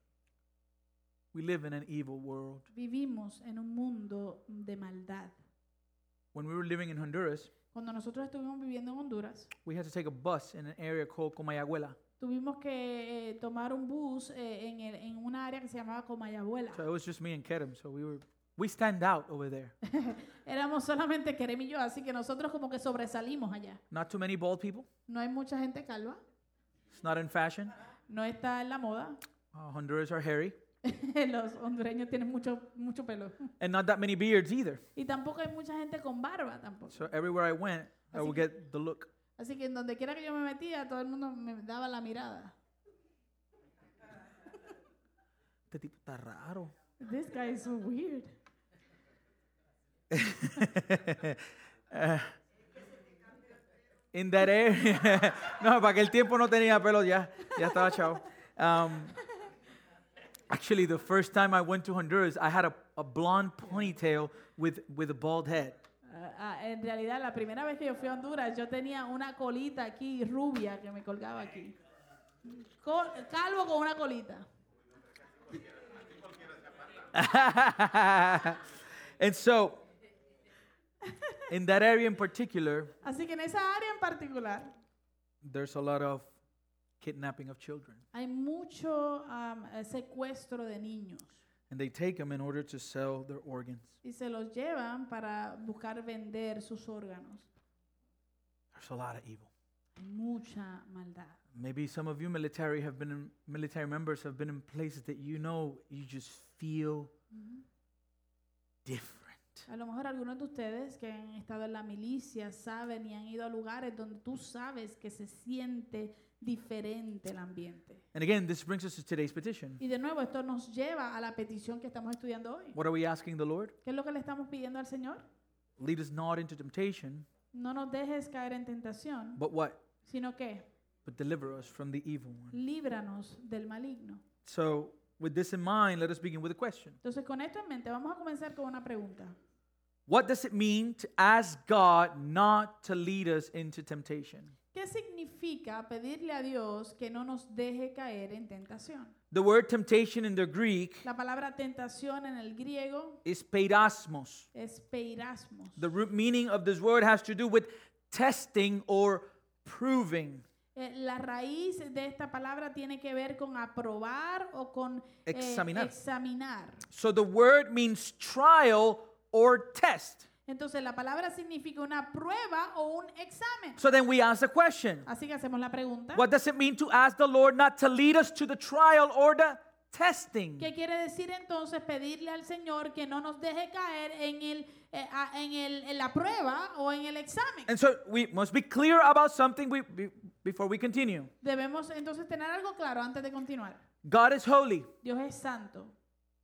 B: We live in an evil world.
A: Vivimos en un mundo de maldad.
B: When we were living in Honduras,
A: Cuando nosotros estuvimos viviendo en Honduras,
B: we had to take a bus in an area called Comayagüela.
A: tuvimos que eh, tomar un bus eh, en, el- en una área que se llamaba Comayabuela.
B: So it was just me and Kerem. So we were we stand out over there.
A: Éramos solamente Kerem y yo, así que nosotros como que sobresalimos allá.
B: Not too many bald people.
A: No hay mucha gente calva,
B: It's not in fashion.
A: no está en la moda. [LAUGHS]
B: Uh, Honduras are hairy,
A: Los hondureños tienen mucho, mucho pelo.
B: and not that many beards either.
A: Y tampoco hay mucha gente con barba tampoco.
B: So everywhere I went, I
A: Así
B: would
A: que-
B: get the look.
A: Así que en donde quiera que yo me metía, todo el mundo me daba la mirada.
B: Este tipo está raro. [LAUGHS]
A: This guy is so weird.
B: Eh, in that area. [LAUGHS] no, para aquel tiempo no tenía pelo ya. Ya estaba chao. Um, actually, the first time I went to Honduras, I had a, a blonde ponytail with, with a bald head. [LAUGHS]
A: Ah, ah, en realidad, la primera vez que yo fui a Honduras, yo tenía una colita aquí rubia que me colgaba aquí. Col- calvo con una colita.
B: and so, in that area in particular,
A: Así que en esa área en particular
B: there's a lot of kidnapping of children.
A: hay mucho am, eh, secuestro de niños
B: And they take them in order to sell their organs.
A: y se los llevan para buscar vender sus órganos.
B: There's a lot of evil.
A: Hay mucha maldad.
B: Maybe some of you military have been in, military members have been in places that you know you just feel
A: Ujú.
B: different.
A: A lo mejor algunos de ustedes que han estado en la milicia saben y han ido a lugares donde tú sabes que se siente diferente el ambiente.
B: And again, this brings us to today's petition.
A: Y de nuevo, esto nos lleva a la petición que estamos estudiando hoy.
B: What are we asking the Lord?
A: ¿Qué es lo que le estamos pidiendo al Señor?
B: Lead us not into temptation,
A: No nos dejes caer en tentación,
B: but what?
A: sino que
B: But deliver us from the evil one.
A: líbranos del maligno.
B: So, with this in mind, let us begin with a question.
A: Entonces, con esto en mente, vamos a comenzar con una pregunta.
B: What does it mean to ask God not to lead us into temptation?
A: ¿Qué significa pedirle a Dios que no nos deje caer en tentación?
B: The word temptation in the Greek
A: La palabra tentación en el griego
B: is peirasmos.
A: es peirasmos.
B: The root meaning of this word has to do with testing or proving,
A: Eh, la raíz de esta palabra tiene que ver con aprobar o con eh,
B: Examinar.
A: examinar.
B: So the word means trial or test.
A: Entonces la palabra significa una prueba o un examen.
B: So then we ask the question
A: Así que hacemos la pregunta.
B: what does it mean to ask the Lord not to lead us to the trial or the testing?
A: ¿Qué quiere decir entonces pedirle al Señor que no nos deje caer en, el, eh, ah, en, el, en la prueba o en el examen?
B: And so we must be clear about something we, be- before we continue.
A: Debemos entonces tener algo claro antes de continuar.
B: God is holy
A: Dios es santo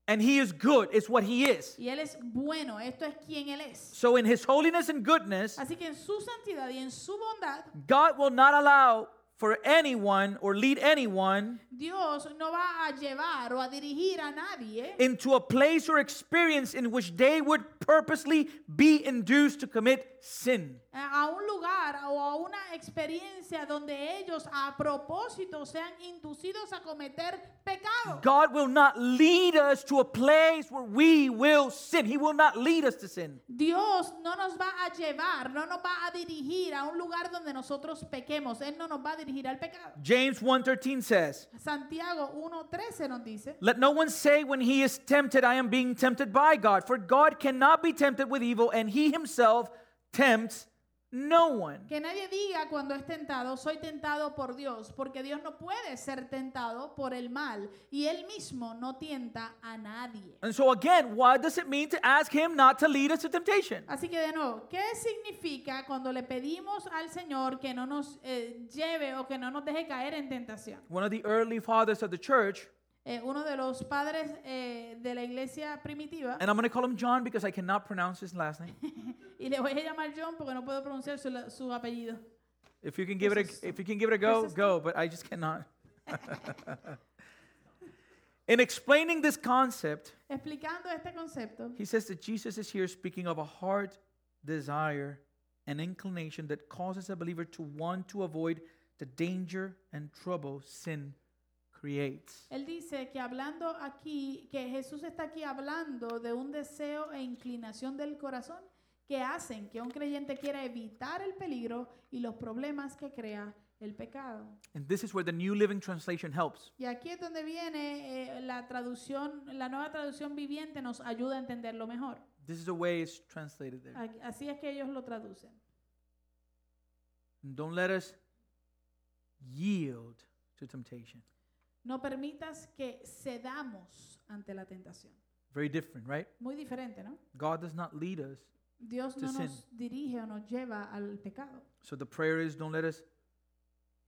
B: and he is good, it's what he is.
A: y Él es bueno. Esto es quien Él es.
B: So in his holiness and goodness,
A: Así que en su santidad y en su bondad,
B: God will not allow for anyone or lead anyone
A: Dios no va a llevar o a dirigir a nadie
B: into a place or experience in which they would purposely be induced to commit sin.
A: eh, a a un lugar o a una experiencia donde ellos a propósito sean inducidos a cometer pecado.
B: God will not lead us to a place where we will sin. He will not lead us to sin.
A: Dios no nos va a llevar, no nos va a dirigir a un lugar donde nosotros pequemos. Él no nos va a dirigir al pecado.
B: James 1:13 says,
A: Santiago 1.13 nos dice,
B: "Let no one say when he is tempted, I am being tempted by God, for God cannot be tempted with evil, and he himself tempts no one."
A: que nadie diga cuando es tentado, soy tentado por Dios, porque Dios no puede ser tentado por el mal y él mismo no tienta a nadie.
B: And so again, what does it mean to ask him not to lead us to temptation?
A: Así que de nuevo, ¿qué significa cuando le pedimos al Señor que no nos eh, lleve o que no nos deje caer en tentación?
B: One of the early fathers of the church
A: Eh, uno de los padres eh, de la iglesia primitiva,
B: And I'm going to call him John because I cannot pronounce his last name.
A: y le voy a llamar John porque no puedo pronunciar su, la- su apellido.
B: If you can give it
A: Chrysostom.
B: a, if you can give it a go,
A: Chrysostom.
B: go, but I just cannot. [LAUGHS] In explaining this concept,
A: Explicando este concepto,
B: he says that Jesus is here speaking of a heart desire an inclination that causes a believer to want to avoid the danger and trouble sin creates.
A: Él dice que hablando aquí, que Jesús está aquí hablando de un deseo e inclinación del corazón que hacen que un creyente quiera evitar el peligro y los problemas que crea el pecado.
B: And this is where the New Living Translation helps.
A: Y aquí es donde viene eh, la traducción, la nueva traducción viviente nos ayuda a entenderlo mejor.
B: This is the way it's translated there.
A: A- Así es que ellos lo traducen.
B: Don't let us yield to temptation.
A: No permitas que cedamos ante la tentación.
B: Very different, right?
A: Muy diferente, ¿no?
B: God does not lead us.
A: Dios no
B: To
A: nos dirige o nos lleva al pecado.
B: So the prayer is don't let us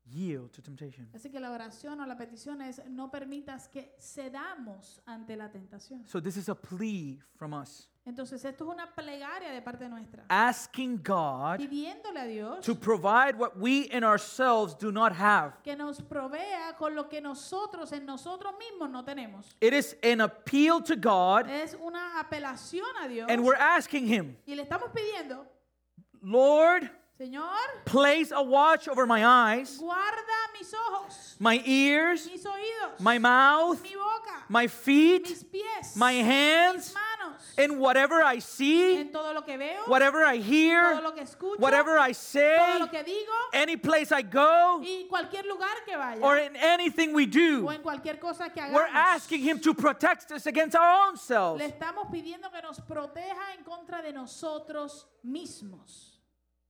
B: yield to temptation.
A: Así que la oración o la petición es no permitas que cedamos ante la tentación.
B: So this is a plea from us
A: Entonces esto es una plegaria de parte nuestra.
B: asking God
A: Pidiéndole a Dios
B: to provide what we in ourselves do not have.
A: que nos provea con lo que nosotros en nosotros mismos no tenemos.
B: It is an appeal to God,
A: Es una apelación a Dios.
B: and we're asking Him,
A: Y le estamos pidiendo,
B: Lord,
A: Señor,
B: place a watch over my eyes,
A: guarda mis ojos,
B: my ears,
A: mis oídos,
B: my mouth,
A: mi boca,
B: my feet,
A: mis pies,
B: my hands,
A: mis manos,
B: and whatever I see,
A: en todo lo que veo,
B: whatever I
A: todo
B: hear,
A: lo que escucho,
B: whatever I
A: todo
B: say,
A: lo que digo
B: any place I go,
A: y cualquier lugar que vaya
B: or in anything we
A: o
B: do.
A: en cualquier cosa que
B: We're
A: hagamos.
B: asking Him to protect us against our own selves.
A: Le estamos pidiendo que nos proteja en contra de nosotros mismos.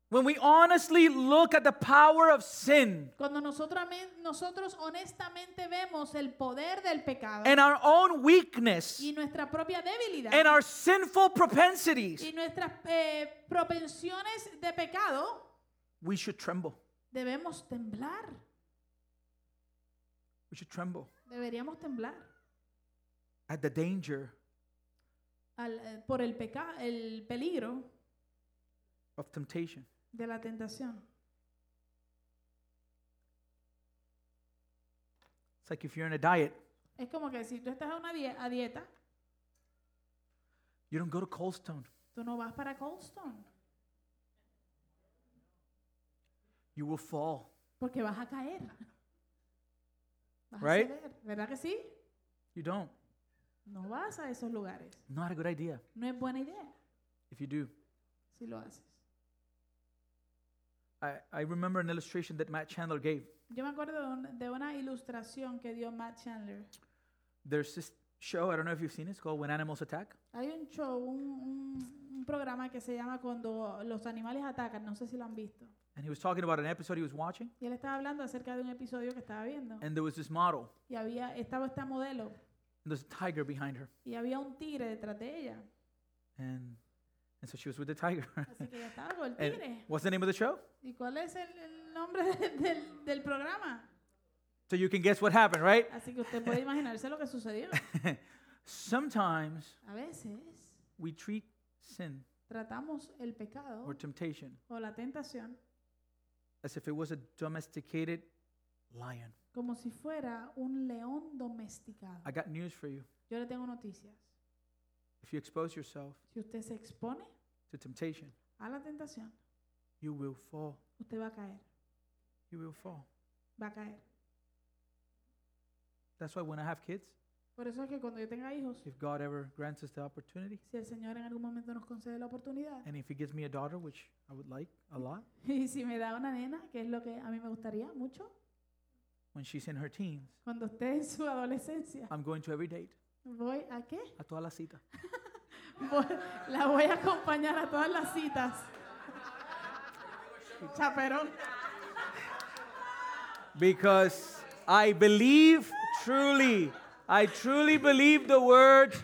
B: When we honestly look at the power of sin
A: Cuando nosotros, amen- nosotros honestamente vemos el poder del pecado
B: and our own weakness
A: y nuestra propia debilidad
B: and our sinful propensities,
A: y nuestras eh, propensiones de pecado,
B: we should tremble.
A: debemos temblar.
B: We should tremble
A: Deberíamos temblar
B: at the danger
A: al, eh, por el, peca- el peligro
B: of temptation.
A: de la tentación.
B: It's like if you're in a diet,
A: Es como que si tú estás a una die- a dieta,
B: you don't go to Cold Stone,
A: tú no vas para Cold Stone
B: you will fall.
A: porque vas a caer. Vas
B: Right?
A: a ceder, ¿verdad que sí?
B: You don't.
A: No vas a esos lugares.
B: Not a good idea
A: No es buena idea
B: if you do.
A: si lo haces.
B: I, I remember an illustration that Matt Chandler gave.
A: Yo me acuerdo de, un- de una ilustración que dio Matt Chandler.
B: There's this show, I don't know if you've seen it, it's called When Animals Attack.
A: Hay un show, un, un- un programa que se llama Cuando los animales atacan, no sé si lo han visto.
B: And he was talking about an episode he was watching,
A: Y él estaba hablando acerca de un episodio que estaba viendo.
B: and there was this model,
A: Y había, estaba esta modelo
B: and there's a tiger behind her.
A: y había un tigre detrás de ella.
B: And, and so she was with the tiger. [LAUGHS]
A: Así que ella estaba con el
B: and
A: tigre.
B: what's the name of the show?
A: ¿Y cuál es el, el nombre [LAUGHS] de- del, del programa?
B: So you can guess what happened, right?
A: Así que usted puede imaginarse lo que sucedió.
B: Sometimes
A: A veces
B: we treat sin
A: tratamos el pecado
B: or temptation
A: o la tentación
B: as if it was a domesticated lion.
A: como si fuera un león domesticado.
B: I got news for you.
A: Yo le tengo noticias.
B: If you expose yourself
A: Si usted se expone
B: to temptation,
A: a la tentación,
B: you will fall.
A: usted va a caer,
B: You will fall.
A: va a caer.
B: That's why when I have kids,
A: Por eso es que cuando yo tenga hijos,
B: if God ever grants us the opportunity,
A: si el Señor en algún momento nos concede la oportunidad, [LAUGHS]
B: and if He gives me a daughter, which I would like a lot,
A: y si me da una nena, que es lo que a mí me gustaría mucho,
B: when she's in her teens,
A: cuando esté en su adolescencia,
B: I'm going to every date,
A: voy a qué?
B: a toda la cita.
A: Voy- la voy a acompañar a todas las citas. [LAUGHS] Chaperón.
B: Because I believe truly, I truly believe the word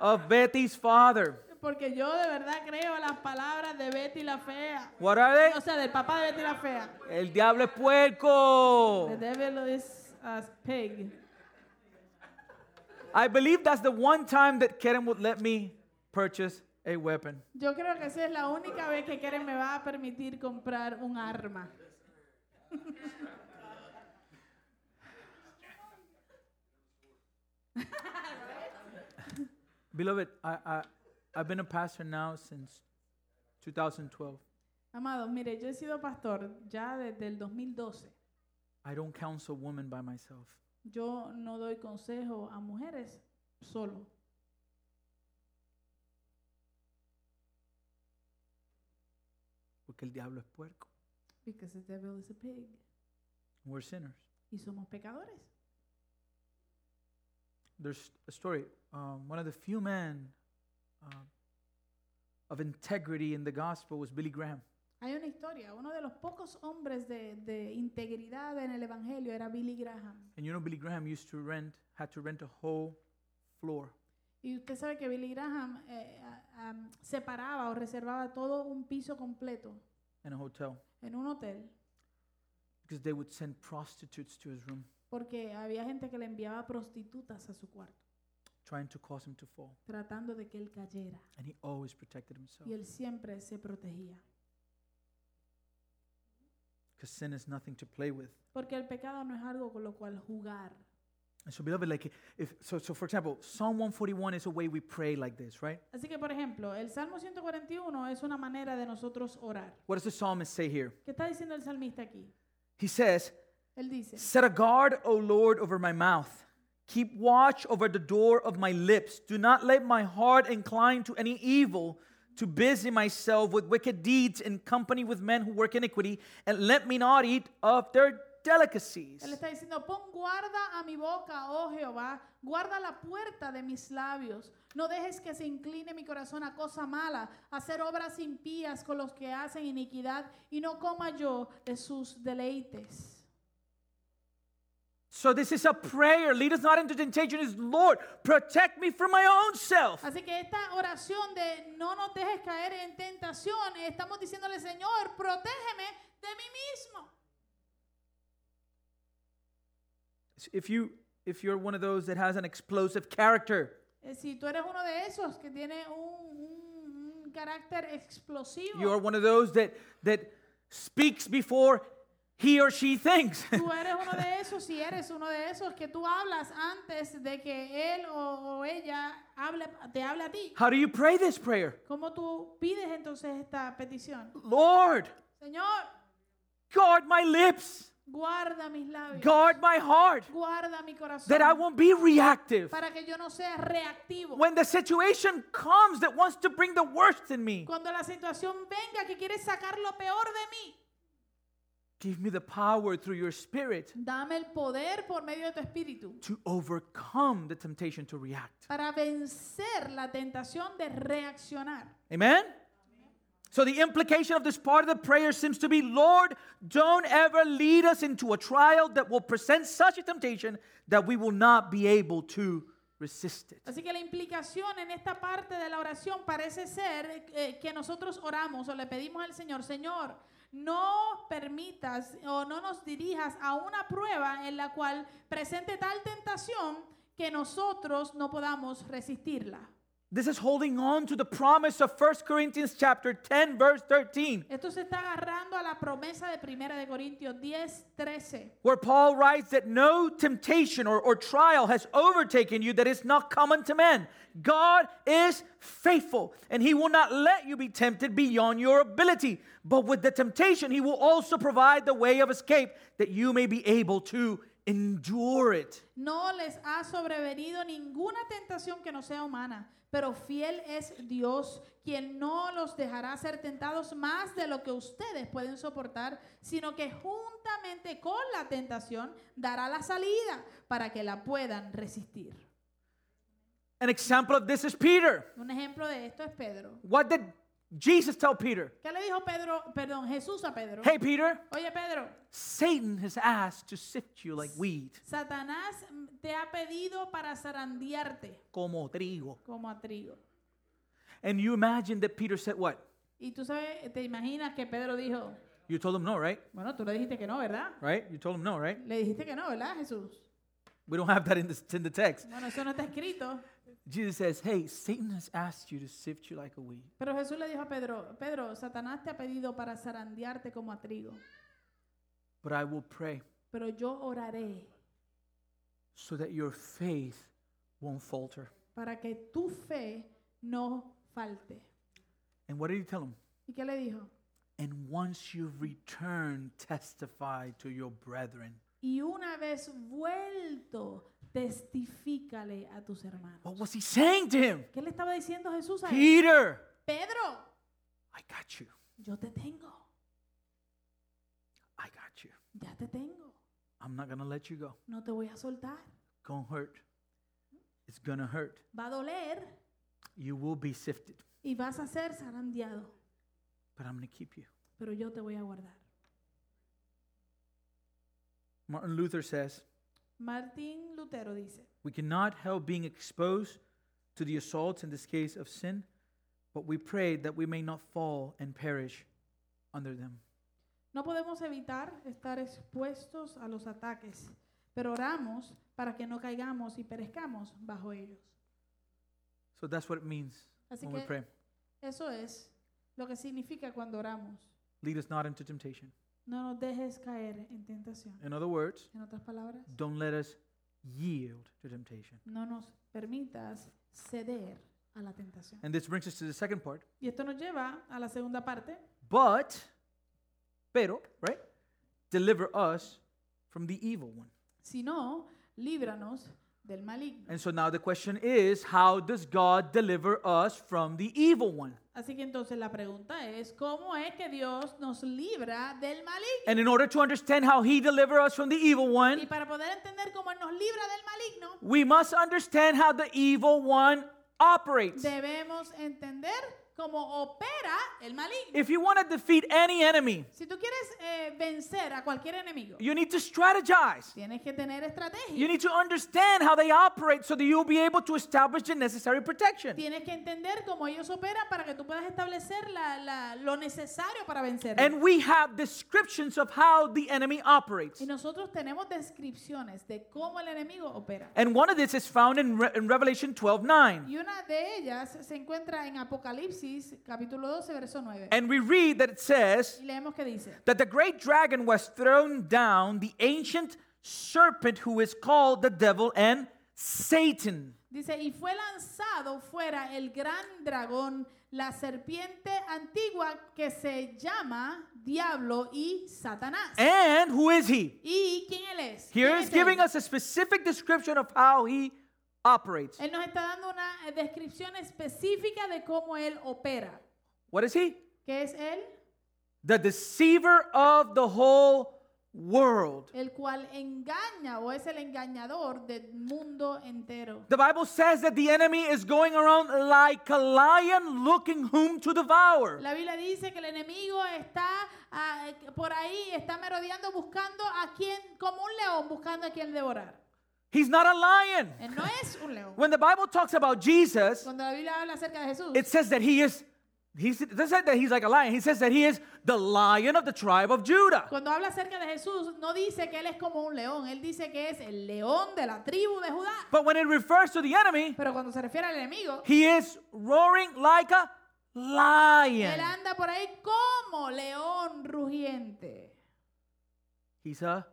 B: of Betty's father.
A: Porque yo de verdad creo las palabras de Betty la Fea.
B: What are they?
A: O sea, del papá de Betty la Fea.
B: El diablo es puerco.
A: The devil is a pig.
B: I believe that's the one time that Karen would let me purchase a weapon.
A: Yo creo que esa es la única vez que Karen me va a permitir comprar un arma.
B: Beloved, I, I, I've been a pastor now since 2012.
A: Amados, mire, yo he sido pastor ya desde el 2012.
B: I don't counsel women by myself.
A: Yo no doy consejo a mujeres solo.
B: Porque el diablo es puerco.
A: Because the devil is a pig.
B: We're sinners.
A: Y somos pecadores.
B: There's a story. Um, one of the few men um, of integrity in the gospel was Billy Graham.
A: Hay una historia. Uno de los pocos hombres de, de integridad en el Evangelio era Billy Graham.
B: And you know, Billy Graham used to rent, had to rent a whole floor
A: Y usted sabe que Billy Graham eh, a- am, separaba o reservaba todo un piso completo
B: in a hotel
A: en un hotel
B: because they would send prostitutes to his room,
A: porque había gente que le enviaba prostitutas a su cuarto
B: trying to cause him to fall.
A: tratando de que él cayera.
B: And he always protected himself
A: Y él siempre se protegía.
B: because sin is nothing to play with.
A: Porque el pecado no es algo con lo cual jugar.
B: And so, beloved, like if so, so for example, Psalm 141 is a way we pray like this, right?
A: Así que, por ejemplo, el Salmo 141 es una manera de nosotros orar.
B: What does the psalmist say here?
A: ¿Qué está diciendo el salmista aquí?
B: He says,
A: Él dice,
B: Set a guard, O Lord, over my mouth. Keep watch over the door of my lips. Do not let my heart incline to any evil, to busy myself with wicked deeds in company with men who work iniquity, and let me not eat of their delicacies.
A: él está diciendo, pon guarda a mi boca, oh Jehová, guarda la puerta de mis labios. No dejes que se incline mi corazón a cosa mala, a hacer obras impías con los que hacen iniquidad, y no coma yo de sus deleites.
B: So, this is a prayer. Lead us not into temptation, is Lord, protect me from my own self.
A: Así que esta oración de no nos dejes caer en tentación, estamos diciéndole, Señor, protégeme de mí mismo.
B: If, you, if you're one of those that has an explosive character,
A: Eh, Si tú eres uno de esos que tiene un, un- un carácter explosivo,
B: [LAUGHS] you are one of those that, that speaks before he or she thinks. [LAUGHS]
A: tú eres uno de esos, si eres uno de esos que tú hablas antes de que él o, o ella hable, te hable a ti,
B: How do you pray this prayer?
A: ¿cómo tú pides entonces esta petición?
B: Lord,
A: Señor,
B: guard my lips,
A: guarda mis labios,
B: guard my heart,
A: guarda mi corazón,
B: that I won't be reactive.
A: para que yo no sea reactivo.
B: When the situation comes that wants to bring the worst in me,
A: Cuando la situación venga que quieres sacar lo peor de mí,
B: give me the power through your spirit
A: dame el poder por medio de tu espíritu
B: to overcome the temptation to react.
A: para vencer la tentación de reaccionar.
B: Amen? So, the implication of this part of the prayer seems to be Lord, don't ever lead us into a trial that will present such a temptation that we will not be able to resist it.
A: Así que la implicación en esta parte de la oración parece ser eh, que nosotros oramos o le pedimos al Señor, Señor, no permitas o no nos dirijas a una prueba en la cual presente tal tentación que nosotros no podamos resistirla.
B: This is holding on to the promise of 1 Corinthians chapter 10 verse 13
A: Esto se está agarrando a la promesa de 1 de Corintios 10, 13.
B: where Paul writes that no temptation or, or trial has overtaken you that is not common to men. God is faithful and he will not let you be tempted beyond your ability, but with the temptation he will also provide the way of escape that you may be able to endure it.
A: No les ha sobrevenido ninguna tentación que no sea humana, pero fiel es Dios, quien no los dejará ser tentados más de lo que ustedes pueden soportar, sino que juntamente con la tentación dará la salida para que la puedan resistir.
B: An example of this is Peter.
A: Un ejemplo de esto es Pedro.
B: What did Jesus tell Peter?
A: ¿Qué le dijo Pedro, perdón, Jesús a Pedro?
B: Hey Peter,
A: Oye Pedro,
B: Satan has asked to sift you like wheat.
A: Satanás mm, te ha pedido para zarandearte
B: como trigo.
A: como a trigo.
B: And you imagine that Peter said what?
A: Y tú sabes, te imaginas que Pedro dijo,
B: You told him no, right?
A: Bueno, tú le dijiste que no, ¿verdad?
B: Right? You told him no, right?
A: Le dijiste que no, ¿verdad, Jesús?
B: We don't have that in, this, in the text.
A: Bueno, eso no está escrito.
B: Jesus says, Hey, Satan has asked you to sift you like a wheat.
A: Pero Jesús le dijo a Pedro, Pedro, Satanás te ha pedido para zarandearte como a trigo,
B: But I will pray
A: pero yo oraré
B: so that your faith won't falter.
A: para que tu fe no falte.
B: And what did he tell him?
A: ¿Y qué le dijo?
B: And once you return, testify to your brethren.
A: Y una vez vuelto, testifícale a tus hermanos.
B: What was he saying to him?
A: ¿Qué le estaba diciendo Jesús a él?
B: Peter,
A: Pedro,
B: I got you.
A: yo te tengo,
B: I got you.
A: ya te tengo,
B: I'm not going to let you go.
A: no te voy a soltar.
B: Gonna hurt. It's going to hurt.
A: Va a doler
B: You will be sifted,
A: y vas a ser zarandeado,
B: but I'm going to keep you.
A: pero yo te voy a guardar.
B: Martin Luther says,
A: Martín Lutero dice,
B: We cannot help being exposed to the assaults in this case of sin, but we pray that we may not fall and perish under them.
A: no podemos evitar estar expuestos a los ataques, pero oramos para que no caigamos y perezcamos bajo ellos.
B: So that's what it means
A: Así
B: when we
A: que
B: pray.
A: eso es lo que significa cuando oramos.
B: Lead us not into temptation.
A: No nos dejes caer en tentación.
B: In other words,
A: En otras palabras,
B: don't let us yield to temptation.
A: no nos permitas ceder a la tentación.
B: And this brings us to the second part.
A: Y esto nos lleva a la segunda parte,
B: But, pero, right? Deliver us from the evil one.
A: sino líbranos del maligno.
B: And so now the question is how does God deliver us from the evil one?
A: Así que entonces la pregunta es, ¿cómo es que Dios nos libra del maligno?
B: And in order to understand how he delivers us from the evil
A: Y
B: one,
A: para poder entender cómo Él nos libra del maligno,
B: we must understand how the evil one operates.
A: debemos entender cómo opera el maligno.
B: If you want to defeat any enemy,
A: Si tú quieres eh, vencer a cualquier enemigo,
B: you need to strategize.
A: tienes que tener estrategia.
B: You need to understand how they operate so that you'll be able to establish the necessary protection.
A: Tienes que entender cómo ellos operan para que tú puedas establecer la- la- lo necesario para vencer.
B: And we have descriptions of how the enemy operates.
A: Y nosotros tenemos descripciones de cómo el enemigo opera.
B: And one of this is found in, Re- in Revelation 12 9.
A: Y una de ellas se encuentra en Apocalipsis capítulo 12, verso 9.
B: And we read that it says
A: Y leemos que dice,
B: that the great dragon was thrown down, the ancient serpent who is called the devil and Satan,
A: dice, y fue lanzado fuera el gran dragón, la serpiente antigua que se llama Diablo y Satanás.
B: and who is he?
A: ¿Y quién él es?
B: Eh. Here
A: ¿Quién este
B: is
A: es él?
B: giving us a specific description of how he operates.
A: Él nos está dando una eh, descripción específica de cómo él opera.
B: What is he?
A: ¿Qué es él?
B: The deceiver of the whole world.
A: El cual engaña o es el engañador del mundo entero.
B: The Bible says that the enemy is going around like a lion looking whom to devour.
A: La Biblia dice que el enemigo está ah, eh, por ahí, está merodeando buscando a quien, como un león, buscando a quien devorar.
B: He's not a lion.
A: Él Eh, no es un león.
B: When the Bible talks about Jesus,
A: Cuando la Biblia habla acerca de Jesús,
B: it says that he is he s- it doesn't say that he's like a lion. He says that he is the lion of the tribe of Judah.
A: cuando habla acerca de Jesús, no dice que él es como un león, él dice que es el león de la tribu de Judá.
B: But when it refers to the enemy,
A: Pero cuando se refiere al enemigo,
B: he is roaring like a
A: Él
B: lion.
A: anda por ahí como león rugiente.
B: He's a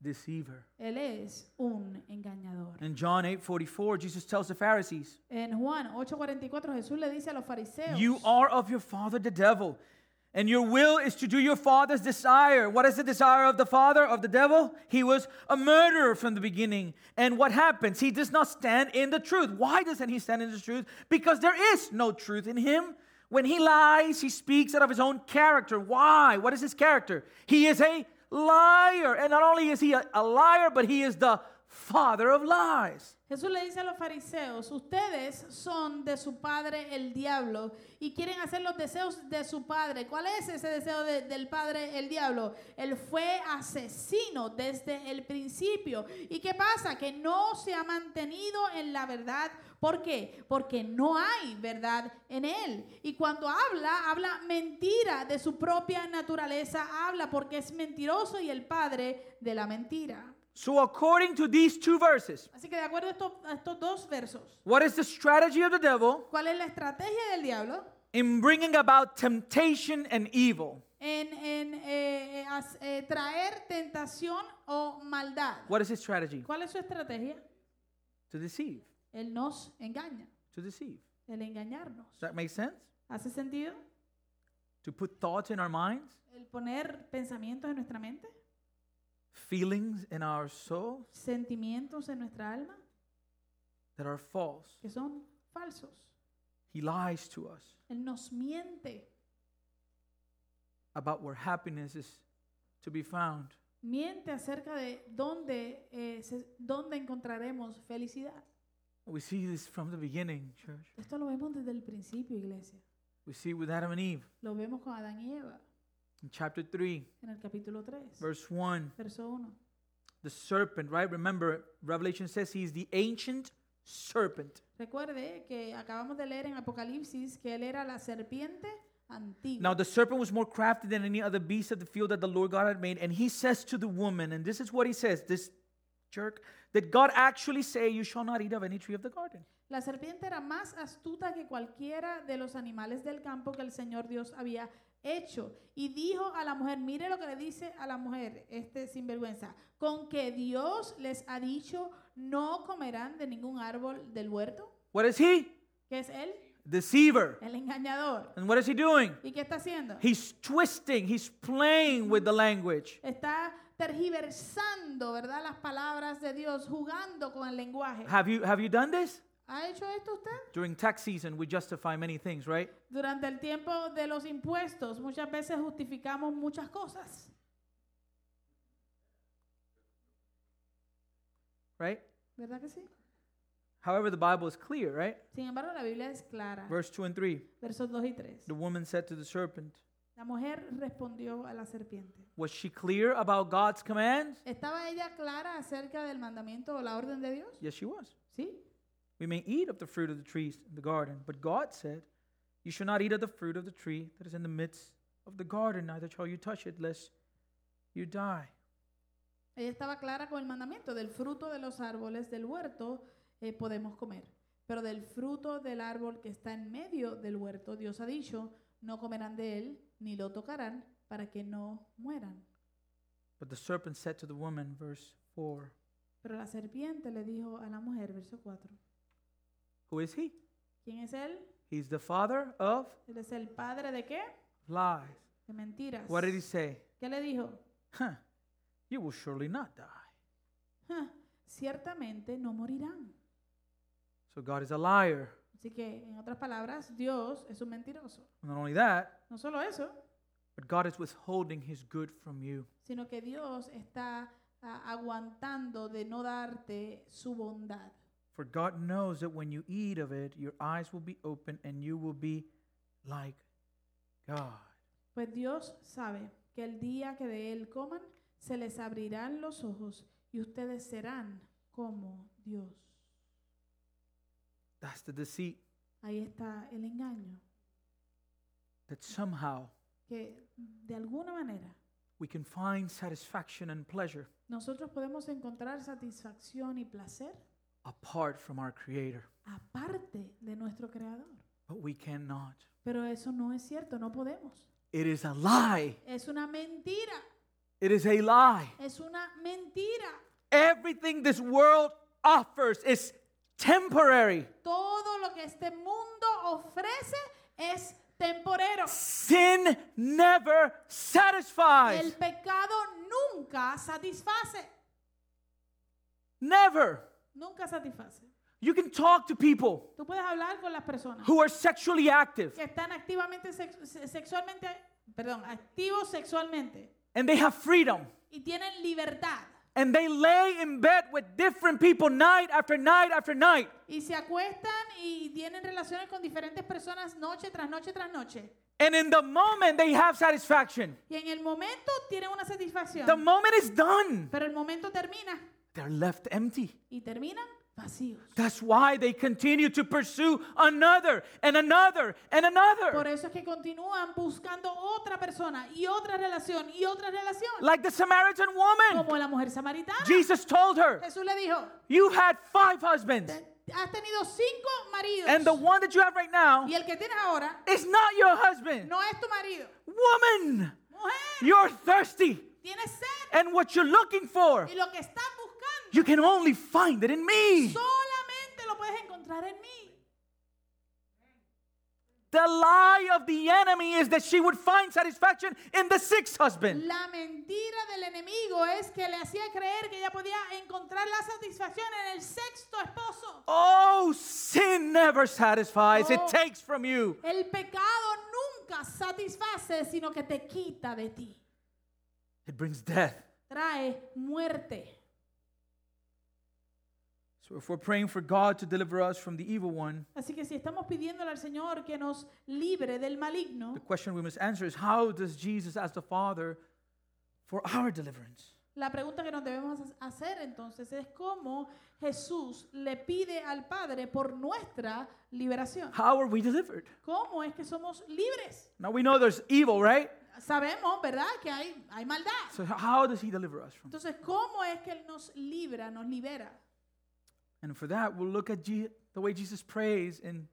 B: deceiver.
A: Él es un engañador.
B: In John 8:44, Jesus tells the Pharisees,
A: En Juan 8:44 Jesús le dice a los fariseos,
B: You are of your father the devil, and your will is to do your father's desire. What is the desire of the father of the devil? He was a murderer from the beginning. And what happens? He does not stand in the truth. Why doesn't he stand in the truth? Because there is no truth in him. When he lies, he speaks out of his own character. Why? What is his character? He is a liar. And not only is he a, a liar, but he is the father of lies.
A: Jesús le dice a los fariseos, ustedes son de su padre el diablo y quieren hacer los deseos de su padre. ¿Cuál es ese deseo de- del padre el diablo? Él fue asesino desde el principio. ¿Y qué pasa? Que no se ha mantenido en la verdad. ¿Por qué? Porque no hay verdad en él. Y cuando habla, habla mentira de su propia naturaleza. Habla porque es mentiroso y el padre de la mentira.
B: So, according to these two verses,
A: Así que de acuerdo a estos, a estos dos versos,
B: what is the strategy of the devil?
A: ¿cuál es la estrategia del diablo
B: in bringing about temptation and evil.
A: en, en, eh, eh, as- eh, traer tentación o maldad?
B: What is his strategy?
A: ¿Cuál es su estrategia?
B: To deceive.
A: Él nos engaña,
B: To deceive.
A: el engañarnos.
B: Does that make sense?
A: ¿Hace sentido?
B: to put thoughts in our minds,
A: El poner pensamientos en nuestra mente,
B: feelings in our soul
A: sentimientos en nuestra alma
B: that are false.
A: que son falsos.
B: He lies to us
A: Él nos miente,
B: about where happiness is to be found.
A: miente acerca de dónde, eh, se- dónde encontraremos felicidad.
B: We see this from the beginning, church.
A: Esto lo vemos desde el principio, iglesia.
B: We see with Adam and Eve
A: Lo vemos con Adán y Eva
B: in chapter 3,
A: en el capítulo 3,
B: verse 1.
A: verso 1.
B: The serpent, right? Remember, Revelation says he is the ancient serpent.
A: Recuerde que acabamos de leer en Apocalipsis que él era la serpiente antigua.
B: Now, the serpent was more crafty than any other beast of the field that the Lord God had made. And he says to the woman, and this is what he says, this jerk, did God actually say, You shall not eat of any tree of the garden?
A: La serpiente era más astuta que cualquiera de los animales del campo que el Señor Dios había hecho. Y dijo a la mujer, mire lo que le dice a la mujer, este sinvergüenza, con que Dios les ha dicho, no comerán de ningún árbol del huerto,
B: What is he?
A: que es él,
B: Deceiver.
A: el engañador.
B: And what is he doing?
A: ¿Y qué está haciendo?
B: He's twisting, he's playing with the language.
A: Está tergiversando, ¿verdad? Las palabras de Dios, jugando con el lenguaje.
B: Have you have you done this?
A: ¿Ha hecho esto usted?
B: During tax season, we justify many things, right?
A: Durante el tiempo de los impuestos, muchas veces justificamos muchas cosas.
B: Right?
A: ¿Verdad que sí?
B: However, the Bible is clear, right?
A: Sin embargo, la Biblia es clara.
B: Verse 2 and 3.
A: Versos 2 y 3.
B: The woman said to the serpent,
A: La mujer respondió a la serpiente.
B: Was she clear about God's command?
A: ¿Estaba ella clara acerca del mandamiento o la orden de Dios?
B: Yes, she was.
A: Sí.
B: We may eat of the fruit of the trees in the garden, but God said, You shall not eat of the fruit of the tree that is in the midst of the garden, neither shall you touch it, lest you die.
A: Ella estaba clara con el mandamiento. Del fruto de los árboles del huerto eh, podemos comer. Pero del fruto del árbol que está en medio del huerto, Dios ha dicho, no comerán de él ni lo tocarán para que no mueran.
B: But the serpent said to the woman, verse 4,
A: Pero la serpiente le dijo a la mujer, verso 4,
B: Who is he?
A: ¿quién es él?
B: He's the father of
A: Él es el padre de qué?
B: lies.
A: De mentiras.
B: What did he say?
A: ¿Qué le dijo?
B: Huh, you will surely not die.
A: "Ja, ciertamente no morirán.
B: So God is a liar.
A: Así que, en otras palabras, Dios es un mentiroso.
B: Not only that,
A: No solo eso,
B: but God is withholding his good from you.
A: sino que Dios está ah, aguantando de no darte su bondad.
B: For God knows that when you eat of it, your eyes will be open and you will be like God.
A: Pues Dios sabe que el día que de Él coman, se les abrirán los ojos y ustedes serán como Dios.
B: That's the deceit
A: Ahí está el engaño,
B: that somehow
A: que de alguna manera
B: we can find satisfaction and pleasure
A: nosotros podemos encontrar satisfacción y placer
B: apart from our Creator.
A: aparte de nuestro Creador.
B: But we cannot.
A: Pero eso no es cierto, no podemos.
B: It is a lie.
A: Es una mentira,
B: It is a lie.
A: es una mentira.
B: Everything this world offers is temporary.
A: Todo lo que este mundo ofrece es temporero.
B: Sin never satisfies.
A: El pecado nunca satisface,
B: Never.
A: nunca satisface.
B: You can talk to people
A: Tú puedes hablar con las personas
B: who are sexually active
A: que están activamente sex- se- sexualmente, perdón, activos sexualmente
B: and they have freedom
A: y tienen libertad
B: and they lay in bed with different people night after night after night.
A: y se acuestan y tienen relaciones con diferentes personas noche tras noche tras noche.
B: And in the moment, they have satisfaction.
A: Y en el momento tienen una satisfacción.
B: The moment is done,
A: Pero el momento termina
B: they're left empty.
A: y terminan vacíos.
B: That's why they continue to pursue another and another and
A: Por
B: another.
A: eso es que continúan buscando otra persona y otra relación y otra relación.
B: Like the Samaritan woman,
A: Como la mujer samaritana.
B: Jesus told her,
A: Jesús le dijo,
B: You had five husbands,
A: has tenido cinco
B: and the
A: maridos
B: one that you have right now
A: y el que tienes ahora
B: is not your husband.
A: no es tu marido.
B: Woman,
A: Mujer,
B: you're thirsty.
A: tienes sed
B: And what you're looking for,
A: y lo que estás buscando
B: you can only find it in me.
A: solamente lo puedes encontrar en mí.
B: The lie of the enemy is that she would find satisfaction in the sixth husband.
A: La mentira del enemigo es que le hacía creer que ella podía encontrar la satisfacción en el sexto esposo.
B: Oh, sin never satisfies, it
A: Oh.
B: takes from you.
A: El pecado nunca satisface, sino que te quita de ti.
B: It brings death.
A: Trae muerte.
B: So if we're praying for God to deliver us from the evil one,
A: Así que si estamos pidiéndole al Señor que nos libre del maligno,
B: the question we must answer is how does Jesus as the Father for our deliverance?
A: la pregunta que nos debemos hacer entonces es cómo Jesús le pide al Padre por nuestra liberación.
B: How are we delivered?
A: ¿Cómo es que somos libres?
B: Now we know there's evil, right?
A: Sabemos, ¿verdad?, que hay, hay maldad.
B: So how does he deliver us from?
A: Entonces, ¿cómo es que Él nos libra, nos libera?
B: And for that, we'll look at Je- the way Jesus prays in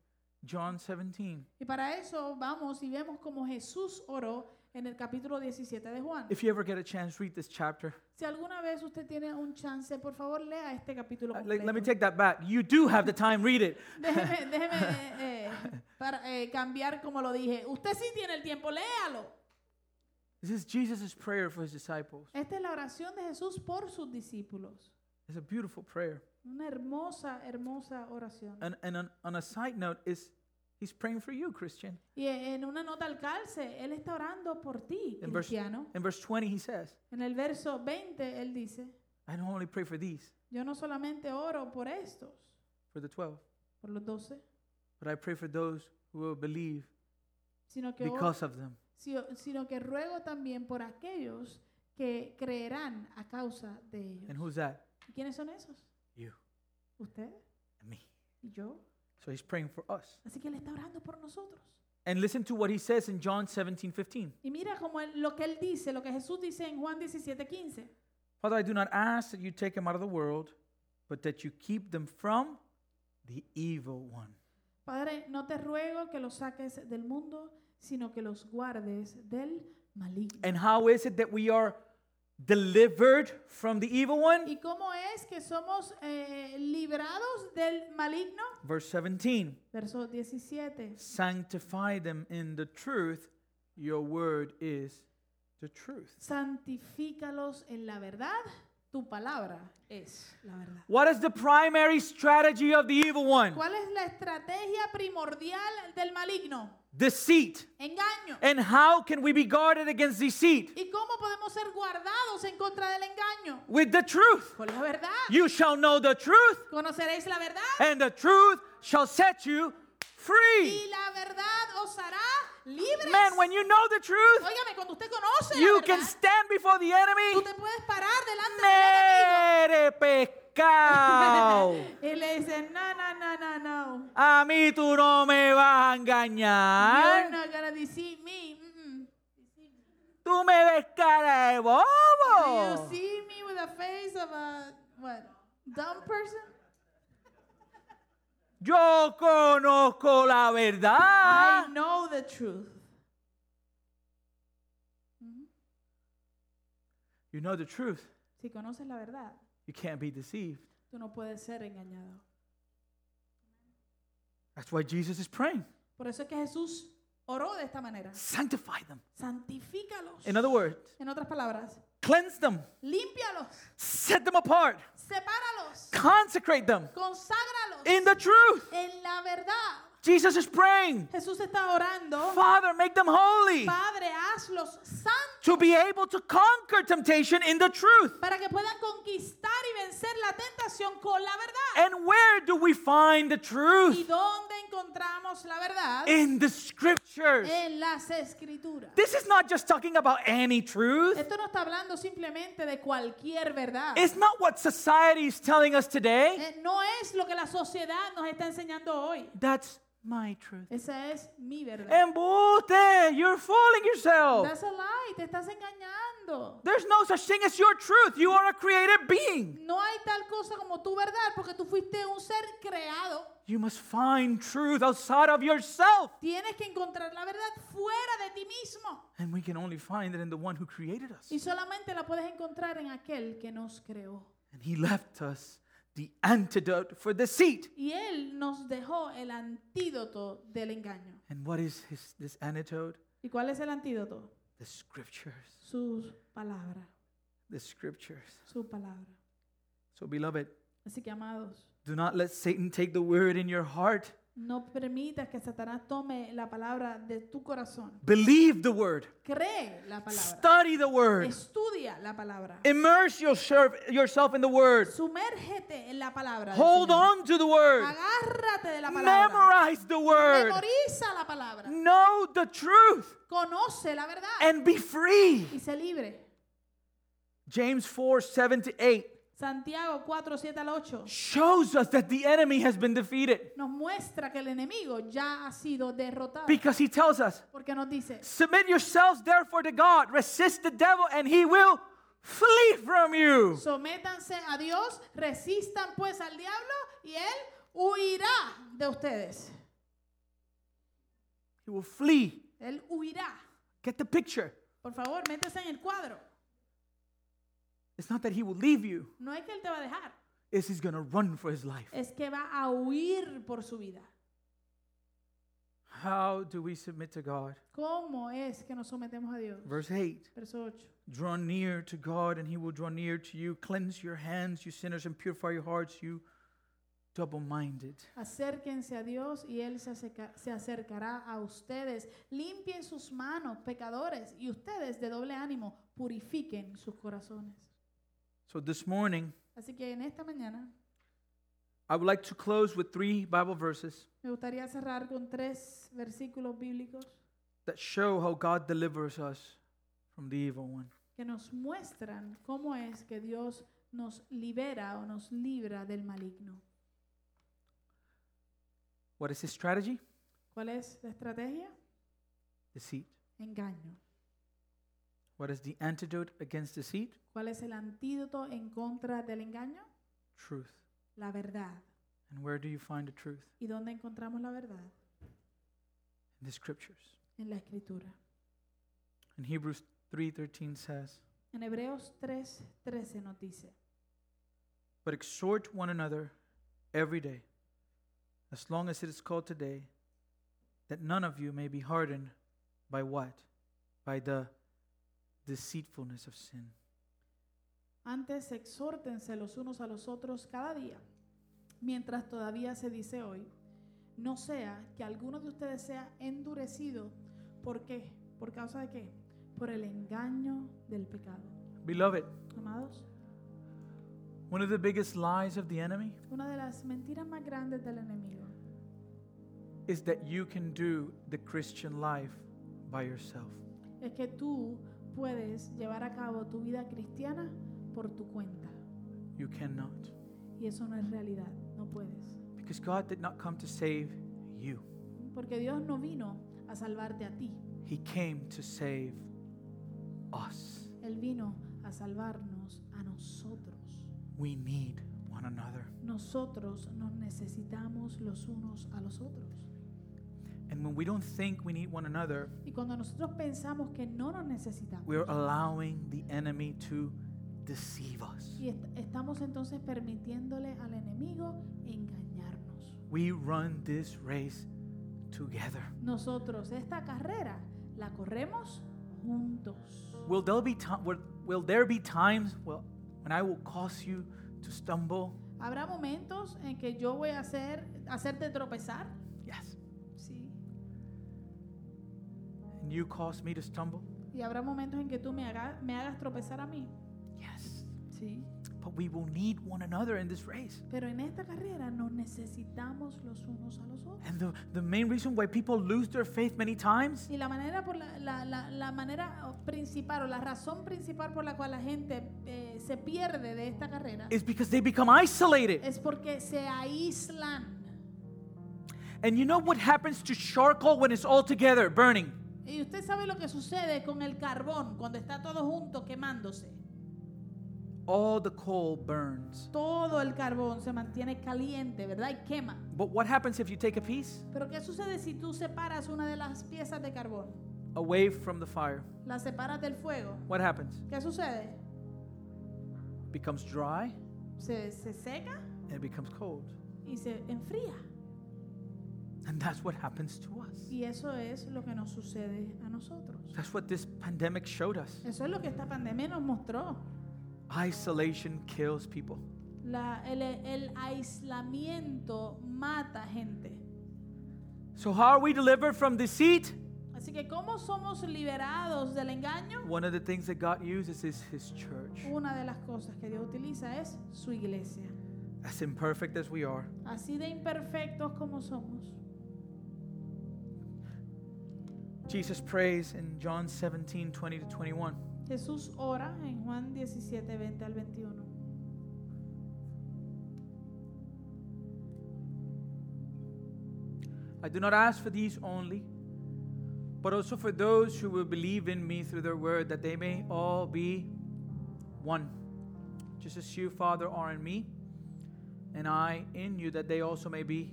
B: John 17.
A: Y para eso vamos y vemos cómo Jesús oró en el capítulo 17 de Juan.
B: If you ever get a chance, read this chapter.
A: Si alguna vez usted tiene un chance, por favor lea este capítulo.
B: Uh, Let, let me
A: completo.
B: take that back. You do have the time, read it. [LAUGHS]
A: Déjeme, déjeme eh, eh, para, eh, cambiar como lo dije. Usted sí tiene el tiempo, léalo.
B: This is Jesus' prayer for his disciples.
A: Esta es la oración de Jesús por sus discípulos.
B: It's a beautiful prayer.
A: Una hermosa, hermosa oración.
B: And, and on, on a side note, is he's praying for you, Christian.
A: Y eh, en una nota al calce, Él está orando por ti,
B: En vers-
A: cristiano.
B: In verse 20, he says,
A: En el verso 20, Él dice,
B: I don't only pray for these,
A: yo no solamente oro por estos,
B: for the 12,
A: por los doce,
B: but I pray for those who will believe
A: sino que, oro-
B: because of them.
A: si- sino que ruego también por aquellos que creerán a causa de ellos.
B: And who's that?
A: ¿Y quiénes son esos?
B: You
A: Usted
B: and me.
A: y yo.
B: So he's praying for us.
A: Así que Él está orando por nosotros.
B: And listen to what he says in John 17, 15.
A: Y mira como él- lo que Él dice, lo que Jesús dice en Juan 17, 15.
B: Father, I do not ask that you take them out of the world, but that you keep them from the evil one.
A: Padre, no te ruego que los saques del mundo, sino que los guardes del maligno.
B: And how is it that we are delivered from the evil one?
A: ¿Y cómo es que somos eh, librados del maligno?
B: Verse 17
A: Verso 17.
B: Sanctify them in the truth. Your word is the truth.
A: Santifícalos en la verdad. Tu palabra es la verdad.
B: What is the primary strategy of the evil one?
A: ¿Cuál es la estrategia primordial del maligno?
B: Deceit.
A: Engaño.
B: And how can we be guarded against deceit?
A: ¿Y cómo podemos ser guardados en contra del engaño?
B: With the truth.
A: Con la verdad.
B: You shall know the truth,
A: Conoceréis la verdad
B: and the truth shall set you free.
A: y la verdad os hará libres.
B: Man, when you know the truth,
A: Óigame, cuando usted conoce la
B: you
A: verdad,
B: can stand before the
A: tú
B: enemy.
A: te puedes parar delante
B: Mere pecado.
A: del enemigo. Y le dicen, no, no, no, no, no.
B: A mí tú no me vas a
A: You're
B: engañar.
A: not gonna deceive me. Mm, mm-mm.
B: Tú me ves cara
A: Do
B: de
A: you
B: bobo.
A: see me with a face of a what dumb person?
B: Yo conozco la
A: I
B: verdad.
A: know the truth.
B: You know the truth.
A: Si conoces la verdad,
B: You can't be deceived.
A: tú no puedes ser engañado.
B: That's why Jesus is praying.
A: Por eso es que Jesús oró de esta manera.
B: Sanctify them.
A: Santifícalos.
B: In other words,
A: En otras palabras,
B: cleanse them,
A: límpialos,
B: set them apart,
A: sepáralos,
B: consecrate them
A: conságralos
B: in the truth.
A: en la verdad.
B: Jesus is praying.
A: Jesús está orando.
B: Father, make them holy
A: Padre, hazlos santos
B: to be able to conquer temptation in the truth.
A: para que puedan conquistar y vencer la tentación con la verdad.
B: And where do we find the
A: ¿Y
B: truth?
A: dónde encontramos la verdad?
B: In the scriptures.
A: en las escrituras.
B: This is not just talking about any truth.
A: Esto no está hablando simplemente de cualquier verdad.
B: It's not what society is telling us today.
A: Eh, no es lo que la sociedad nos está enseñando hoy.
B: That's my truth.
A: Esa es mi verdad.
B: Embuste, you're fooling yourself.
A: That's a lie, te estás engañando.
B: There's no such thing as your truth. You are a created being.
A: No hay tal cosa como tu verdad porque tú fuiste un ser creado.
B: You must find truth outside of yourself.
A: Tienes que encontrar la verdad fuera de ti mismo.
B: And we can only find it in the one who created us.
A: Y solamente la puedes encontrar en aquel que nos creó.
B: And he left us the antidote for deceit.
A: Y Él nos dejó el antídoto del engaño.
B: And what is his, this antidote?
A: ¿Y cuál es el antídoto?
B: The scriptures.
A: Sus palabras.
B: The scriptures.
A: Su palabra.
B: So, beloved,
A: Así que, amados,
B: do not let Satan take the word in your heart.
A: no permitas que Satanás tome la palabra de tu corazón.
B: Believe the word,
A: Cree la palabra.
B: study the word,
A: Estudia la palabra.
B: immerse yourself, yourself in the word,
A: Sumérgete en la palabra. del
B: hold
A: Señor.
B: on to the word,
A: Agárrate de la palabra.
B: memorize the word,
A: Memoriza la palabra.
B: know the truth,
A: Conoce la verdad.
B: and be free.
A: y se libre.
B: James 4 7 to 8
A: Santiago 4, 7 al 8
B: shows us that the enemy has been defeated
A: nos muestra que el enemigo ya ha sido derrotado.
B: because he tells us,
A: Porque nos dice,
B: Submit yourselves therefore to God, resist the devil, and he will flee from you.
A: sométanse a Dios, resistan pues al diablo y él huirá de ustedes.
B: He will flee.
A: Él huirá.
B: Get the picture.
A: Por favor, métese en el cuadro.
B: It's not that he will leave you,
A: No es que él te va a dejar,
B: it's he's going to run for his life.
A: es que va a huir por su vida.
B: How do we submit to God?
A: ¿Cómo es que nos sometemos a Dios?
B: Verse 8
A: Verso 8.
B: Draw near to God, and he will draw near to you. Cleanse your hands, you sinners, and purify your hearts, you double minded.
A: Acérquense a Dios y Él se, acerca- se acercará a ustedes. Limpien sus manos, pecadores, y ustedes de doble ánimo, purifiquen sus corazones.
B: So this morning,
A: Así que en esta mañana
B: I would like to close with three Bible verses
A: me gustaría cerrar con tres versículos bíblicos
B: that show how God delivers us from the evil one.
A: que nos muestran cómo es que Dios nos libera o nos libra del maligno.
B: What is his strategy?
A: ¿Cuál es la estrategia?
B: Deceit.
A: Engaño.
B: What is the antidote against deceit?
A: ¿Cuál es el antídoto en contra del engaño?
B: Truth.
A: La verdad.
B: And where do you find the truth?
A: ¿Y dónde encontramos la verdad?
B: In the scriptures.
A: En la escritura.
B: And Hebrews 3:13 says,
A: En Hebreos 3:13 nos dice,
B: "But exhort one another every day, as long as it is called today, that none of you may be hardened by what? By the deceitfulness of sin."
A: antes exhórtense los unos a los otros cada día, mientras todavía se dice hoy, no sea que alguno de ustedes sea endurecido, ¿por qué? ¿Por causa de qué? Por el engaño del pecado.
B: Beloved,
A: Amados,
B: one of the biggest lies of the enemy
A: una de las mentiras más grandes del enemigo
B: is that you can do the Christian life by yourself.
A: es que tú puedes llevar a cabo tu vida cristiana por tu cuenta.
B: You cannot.
A: Y eso no es realidad, no puedes.
B: Because God did not come to save you,
A: Porque Dios no vino a salvarte a ti,
B: He came to save us.
A: Él vino a salvarnos a nosotros.
B: We need one another.
A: Nosotros nos necesitamos los unos a los otros.
B: And when we don't think we need one another,
A: Y cuando nosotros pensamos que no nos necesitamos,
B: we're allowing the enemy to deceive us.
A: y est- estamos entonces permitiéndole al enemigo engañarnos.
B: We run this race together.
A: Nosotros esta carrera la corremos juntos.
B: Will there be, ti- will, will there be times well, when I will cause you to stumble?
A: Habrá momentos en que yo voy a hacer, hacerte tropezar,
B: Yes.
A: sí.
B: And you cause me to stumble?
A: Y habrá momentos en que tú me, haga- me hagas tropezar a mí,
B: Yes.
A: sí.
B: But we will need one another in this race.
A: Pero en esta carrera nos necesitamos los unos a los otros.
B: And the, the main reason why people lose their faith many times
A: Y la manera por la, la- la- la manera principal o la razón principal por la cual la gente eh, se pierde de esta carrera
B: is because they become isolated.
A: es porque se aíslan.
B: And you know what happens to charcoal when it's all together burning?
A: Y usted sabe lo que sucede con el carbón cuando está todo junto quemándose.
B: All the coal burns.
A: Todo el carbón se mantiene caliente, ¿verdad? Y quema.
B: But what happens if you take a piece
A: Pero ¿qué sucede si tú separas una de las piezas de carbón?
B: away from the fire?
A: La separas del fuego.
B: What happens?
A: ¿Qué sucede?
B: It becomes dry
A: ¿Se, se seca?
B: and it becomes cold.
A: y se enfría.
B: And that's what happens to us.
A: Y eso es lo que nos sucede a nosotros.
B: That's what this pandemic showed us.
A: Eso es lo que esta pandemia nos mostró.
B: Isolation kills people.
A: La- el, el aislamiento mata gente.
B: So, how are we delivered from deceit?
A: Así que ¿cómo somos liberados del engaño?
B: One of the things that God uses is His church.
A: Una de las cosas que Dios utiliza es su iglesia.
B: As imperfect as we are,
A: Así de imperfectos como somos.
B: Jesus prays in John 17 20 to 21.
A: Jesús ora en Juan 17, 20 al 21.
B: I do not ask for these only, but also for those who will believe in me through their word, that they may all be one. Just as you, Father, are in me, and I in you, that they also may be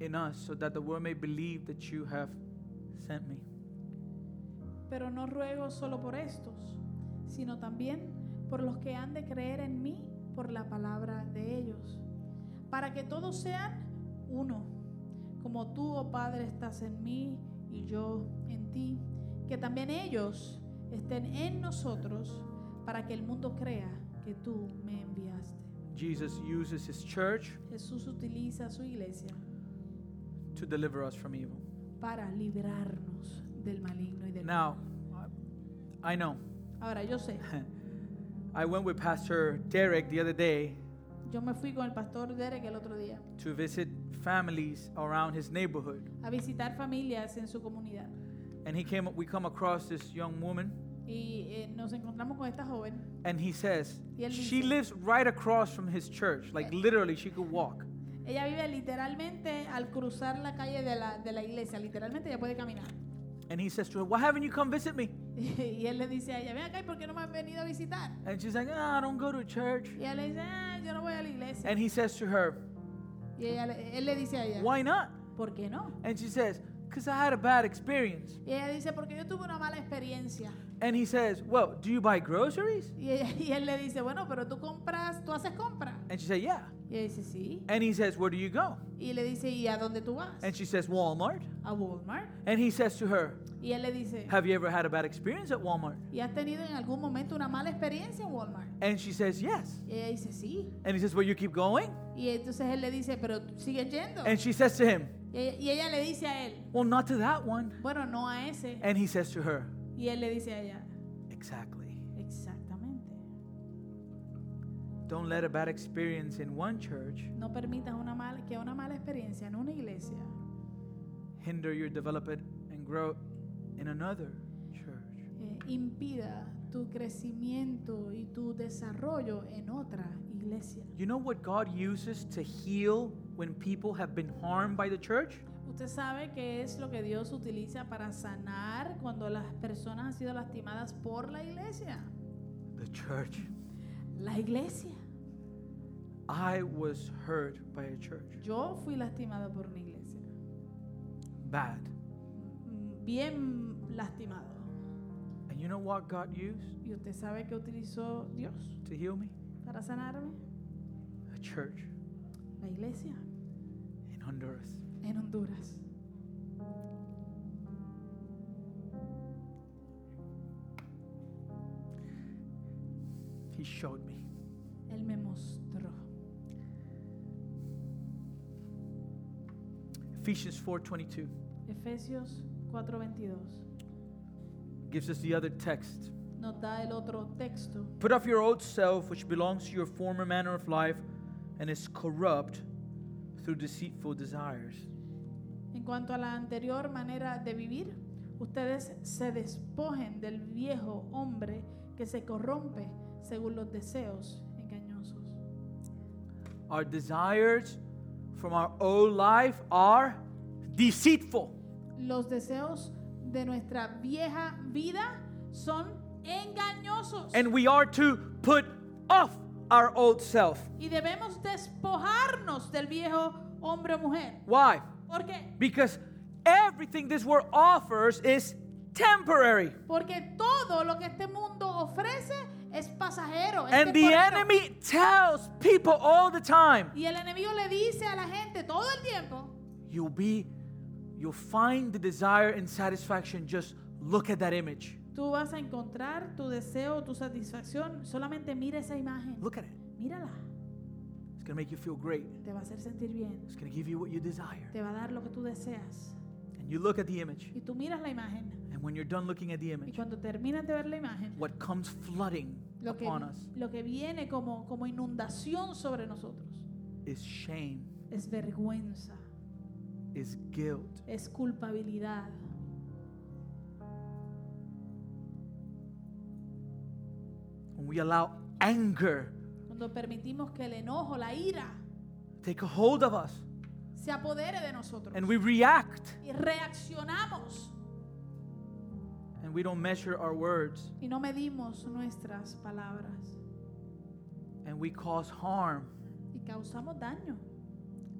B: in us, so that the world may believe that you have sent me.
A: Pero no ruego solo por estos, sino también por los que han de creer en mí por la palabra de ellos, para que todos sean uno, como tú, oh Padre, estás en mí y yo en ti, que también ellos estén en nosotros, para que el mundo crea que tú me enviaste.
B: Jesus uses his church
A: Jesús utiliza su iglesia
B: to deliver us from evil.
A: para librarnos del maligno y del
B: Now, I know.
A: Ahora yo sé,
B: I went with Pastor Derek the other day
A: yo me fui con el pastor Derek el otro día.
B: to visit families around his neighborhood.
A: a visitar familias en su comunidad.
B: and he came we come across this young woman
A: Y eh, nos encontramos con esta joven.
B: and he says
A: Y él
B: she
A: dice-
B: lives right across from his church like
A: Eh.
B: literally she could walk
A: Ella vive literalmente al cruzar la calle de la, de la iglesia. Literalmente ella puede caminar. [LAUGHS]
B: and he says to her why haven't you come visit me
A: Y él le dice a ella, ven acá, ¿y por qué no me has venido a visitar?
B: and she's like ah, i don't go to church
A: Y ella le dice, ah, yo no voy a la iglesia.
B: and he says to her
A: Y ella, le- él le dice a ella,
B: why not
A: ¿por qué no?
B: and she says because i had a bad experience
A: Y ella dice, porque yo tuve una mala experiencia.
B: and he says well do you buy groceries
A: Y, ella- [LAUGHS] y él le dice, bueno, pero tú compras, tú haces compras.
B: and she said yeah
A: Y ella dice, sí.
B: and he says where do you go
A: Y le dice, ¿y a dónde tú vas?
B: and she says walmart
A: A Walmart.
B: and he says to her
A: Y él le dice,
B: have you ever had a bad experience at walmart
A: ¿Y has tenido en algún momento una mala experiencia en Walmart?
B: and she says yes
A: Y ella dice, sí.
B: and he says well you keep going
A: Y entonces él le dice, pero tú sigues yendo.
B: and she says to him
A: Y ella, y ella le dice a él,
B: Well, not to that one.
A: bueno, no a ese.
B: And he says to her,
A: Y él le dice a ella,
B: Exactly.
A: exactamente.
B: Don't let a bad experience in one church
A: No permitas una mala, que una mala experiencia en una iglesia
B: hinder your development and growth in another church.
A: eh, impida tu crecimiento y tu desarrollo en otra iglesia.
B: You know what God uses to heal when people have been harmed by the church?
A: Usted sabe que es lo que Dios utiliza para sanar cuando las personas han sido lastimadas por la iglesia.
B: The church.
A: La iglesia.
B: I was hurt by a church.
A: Yo fui lastimado por una iglesia.
B: Bad.
A: Mm, Bien lastimado.
B: And you know what God used
A: Y usted sabe que utilizó Dios
B: to heal me?
A: para sanarme.
B: A church
A: La iglesia
B: in Honduras.
A: en Honduras.
B: He showed me.
A: Él me mostró.
B: Ephesians 4:22
A: Efesios 4:22
B: gives us the other text.
A: nos da el otro texto.
B: Put off your old self, which belongs to your former manner of life and is corrupt through deceitful desires.
A: En cuanto a la anterior manera de vivir, ustedes se despojen del viejo hombre que se corrompe según los deseos engañosos.
B: Our desires from our old life are deceitful.
A: Los deseos de nuestra vieja vida son engañosos.
B: And we are to put off our old self.
A: y debemos despojarnos del viejo hombre o mujer.
B: Why?
A: ¿Por qué?
B: Because everything this world offers is temporary.
A: Porque todo lo que este mundo ofrece es pasajero. es
B: And the
A: temporero.
B: enemy tells people all the time,
A: Y el enemigo le dice a la gente todo el tiempo,
B: you'll be you'll find the desire and satisfaction just look at that image.
A: tú vas a encontrar tu deseo, tu satisfacción, solamente mira esa imagen,
B: Look at it.
A: mírala,
B: It's going to make you feel great.
A: te va a hacer sentir bien,
B: It's going to give you what you desire.
A: te va a dar lo que tú deseas.
B: And you look at the image.
A: Y tú miras la imagen,
B: And when you're done looking at the
A: y
B: image,
A: cuando terminas de ver la imagen,
B: what comes flooding
A: lo que,
B: upon us
A: lo que viene como, como inundación sobre nosotros
B: is shame,
A: es vergüenza,
B: is guilt.
A: es culpabilidad.
B: When we allow anger
A: Cuando permitimos que el enojo, la ira,
B: take a hold of us
A: se apodere de nosotros
B: and we react
A: y reaccionamos
B: and we don't measure our words
A: y no medimos nuestras palabras
B: and we cause harm,
A: y causamos daño.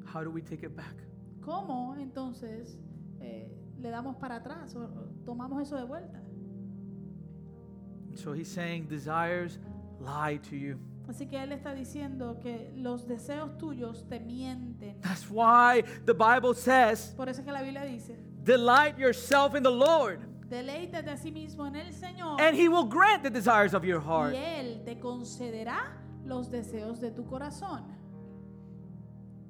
B: how do we take it back?
A: ¿Cómo entonces eh, le damos para atrás o o tomamos eso de vuelta?
B: And so he's saying desires lie to you.
A: Así que él está diciendo que los deseos tuyos te mienten.
B: That's why the Bible says,
A: Por eso es que la Biblia dice,
B: delight yourself in the Lord
A: deleítate a sí mismo en el Señor
B: and he will grant the desires of your heart.
A: y Él te concederá los deseos de tu corazón.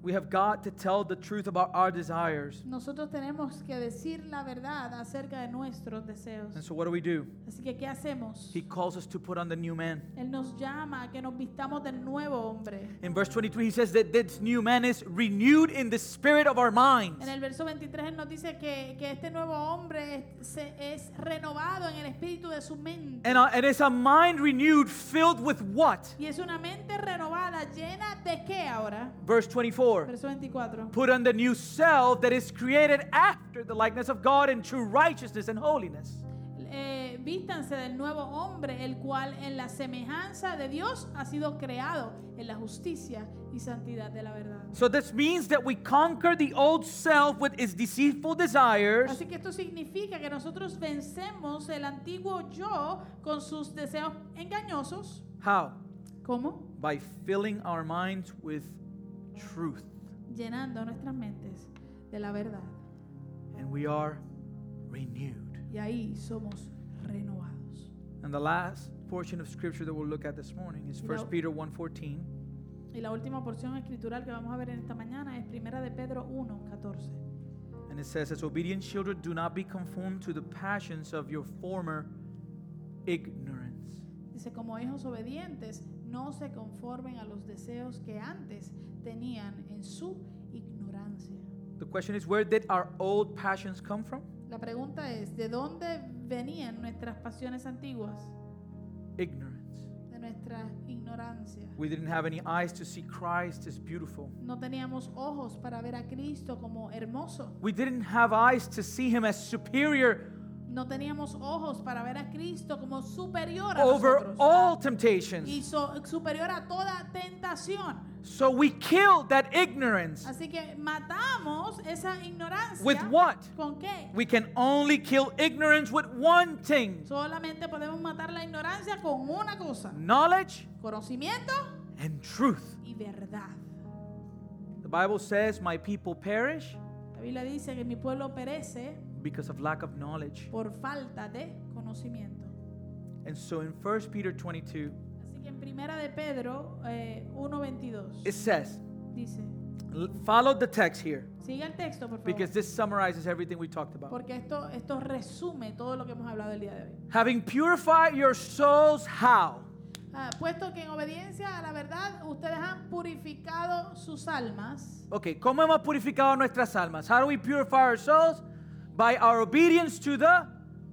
B: We have got to tell the truth about our desires.
A: Nosotros tenemos que decir la verdad acerca de nuestros
B: And
A: deseos.
B: so what do we do?
A: Así que, ¿qué hacemos?
B: He calls us to put on the new man.
A: Él nos llama a que nos vistamos del nuevo hombre.
B: In verse 22, he says that this new man is renewed in the spirit of our minds.
A: En el verso 23 él nos dice que, que este nuevo hombre es, se- es renovado en el espíritu de su mente.
B: And, uh, and it's a mind renewed filled with what?
A: Y es una mente renovada, llena de qué ahora?
B: Verse 24.
A: Verso 24.
B: Put on the new self that is created after the likeness of God in true righteousness and holiness.
A: Eh, vístanse del nuevo hombre, el cual en la semejanza de Dios ha sido creado en la justicia y santidad de la verdad.
B: So this means that we conquer the old self with its deceitful desires
A: Así que esto significa que nosotros vencemos el antiguo yo con sus deseos engañosos.
B: How?
A: ¿Cómo?
B: By filling our minds with truth.
A: Llenando nuestras mentes de la verdad.
B: And we are renewed.
A: Y ahí somos renovados.
B: And the last portion of scripture that we'll look at this morning is 1
A: Now-
B: Peter 1:14.
A: Y la última porción escritural que vamos a ver en esta mañana es Primera de Pedro 1, 14.
B: And it says, As obedient children, do not be conformed to the passions of your former ignorance.
A: Dice, como hijos obedientes, no se conformen a los deseos que antes tenían en su ignorancia.
B: The question is, where did our old passions come from?
A: La pregunta es, ¿de dónde venían nuestras pasiones antiguas?
B: Ignorance.
A: De nuestra ignorancia.
B: We didn't have any eyes to see Christ as beautiful.
A: No teníamos ojos para ver a Cristo como hermoso.
B: We didn't have eyes to see him as superior
A: No teníamos ojos para ver a Cristo como superior a
B: over
A: nosotros.
B: all
A: y
B: temptations.
A: so- superior a toda tentación.
B: So we killed that ignorance.
A: Así que matamos esa ignorancia.
B: With what?
A: ¿Con qué?
B: We can only kill ignorance with one thing
A: Solamente podemos matar la ignorancia con una cosa,
B: knowledge
A: conocimiento
B: and truth.
A: y verdad.
B: The Bible says, My people perish
A: La Biblia dice que mi pueblo perece
B: because of lack of knowledge.
A: por falta de conocimiento.
B: And so in 1 Peter 22,
A: Así que en primera de Pedro eh,
B: it
A: 1.22
B: says,
A: dice,
B: l- follow the text here
A: sigue el texto por favor,
B: because this summarizes everything we talked about.
A: porque esto, esto resume todo lo que hemos hablado el día de hoy.
B: Having purified your souls, how?
A: Ah, puesto que en obediencia a la verdad ustedes han purificado sus almas.
B: Okay, ¿cómo hemos purificado nuestras almas? How do we purify our souls? By our obedience to the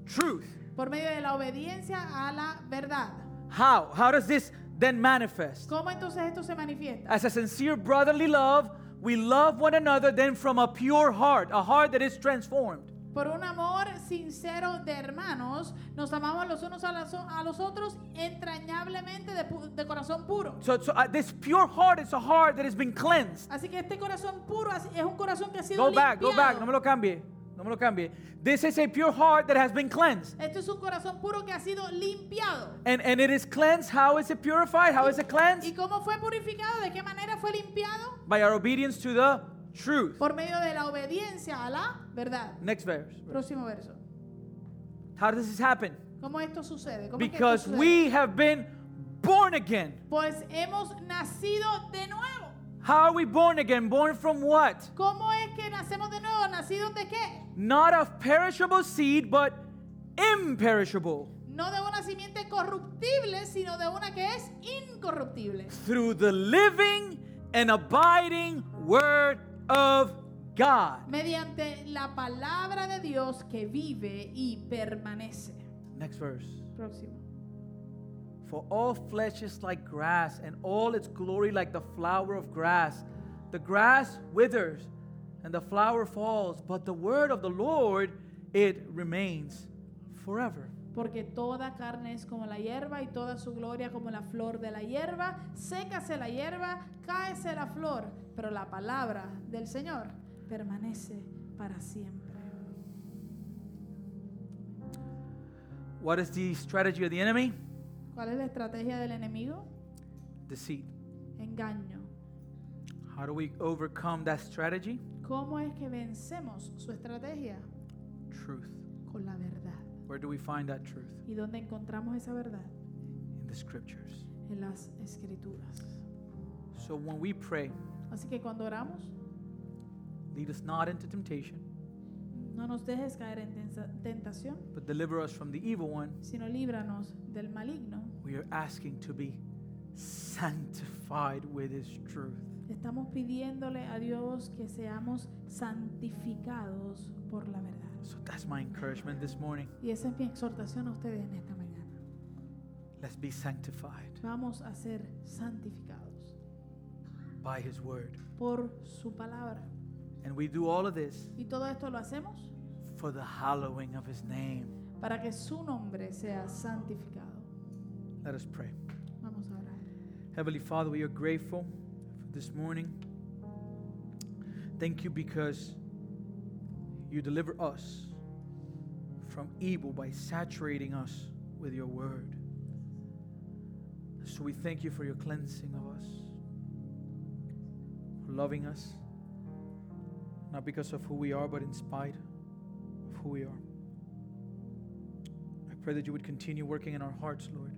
B: truth.
A: por medio de la obediencia a la verdad.
B: How? How does this then manifest?
A: ¿Cómo entonces esto se manifiesta?
B: As a sincere brotherly love, we love one another then from a pure heart, a heart that is transformed.
A: Por un amor sincero de hermanos, nos amamos los unos a, las o- a los otros entrañablemente de, pu- de corazón puro.
B: So, so uh, this pure heart is a heart that has been cleansed.
A: Así que este corazón puro así- es un corazón que ha sido
B: Go back, go back, no
A: limpiado.
B: me lo cambie. no me lo cambie. This is a pure heart that has been cleansed.
A: Este es un corazón puro que ha sido limpiado.
B: And, and it is cleansed. How is it purified? How is it cleansed?
A: ¿Y cómo fue purificado? ¿De qué manera fue limpiado?
B: By our obedience to the truth.
A: Por medio de la obediencia a la verdad.
B: Next verse.
A: Próximo verso.
B: How does this happen?
A: ¿Cómo esto sucede? ¿Cómo es que esto
B: Because
A: sucede?
B: we have been born again.
A: Pues hemos nacido de nuevo.
B: How are we born again? Born from what?
A: ¿Cómo es que nacemos de nuevo? ¿Nacidos de qué?
B: Not of perishable seed, but imperishable.
A: No de una simiente corruptible, sino de una que es incorruptible.
B: Through the living and abiding Word of God.
A: Mediante la palabra de Dios que vive y permanece.
B: Next verse.
A: Próximo.
B: For all flesh is like grass, and all its glory like the flower of grass. The grass withers, and the flower falls, but the word of the Lord, it remains forever.
A: Porque toda carne es como la hierba y toda su gloria como la flor de la hierba. Sécase la hierba, cáese la flor, pero la palabra del Señor permanece para siempre.
B: What is the strategy of the enemy?
A: ¿Cuál es la estrategia del enemigo?
B: Deceit.
A: Engaño.
B: How do we overcome that strategy?
A: ¿Cómo es que vencemos su estrategia?
B: Truth.
A: Con la verdad.
B: Where do we find that truth?
A: ¿Y dónde encontramos esa verdad?
B: In the scriptures.
A: En las escrituras.
B: So when we pray,
A: Así que cuando oramos,
B: lead us not into temptation,
A: no nos dejes caer en tensa- tentación,
B: but deliver us from the evil one.
A: sino líbranos del maligno.
B: We are asking to be sanctified with his truth.
A: Estamos pidiéndole a Dios que seamos santificados por la verdad.
B: So that's my encouragement this morning.
A: Y esa es mi exhortación a ustedes en esta mañana.
B: Let's be sanctified
A: Vamos a ser santificados
B: by his word.
A: por su palabra.
B: And we do all of this
A: Y todo esto lo hacemos
B: for the hallowing of his name.
A: para que su nombre sea santificado.
B: Let us pray.
A: Vamos a orar.
B: Heavenly Father, we are grateful for this morning. Thank you because you deliver us from evil by saturating us with your word. So we thank you for your cleansing of us, for loving us, not because of who we are, but in spite of who we are. I pray that you would continue working in our hearts, Lord.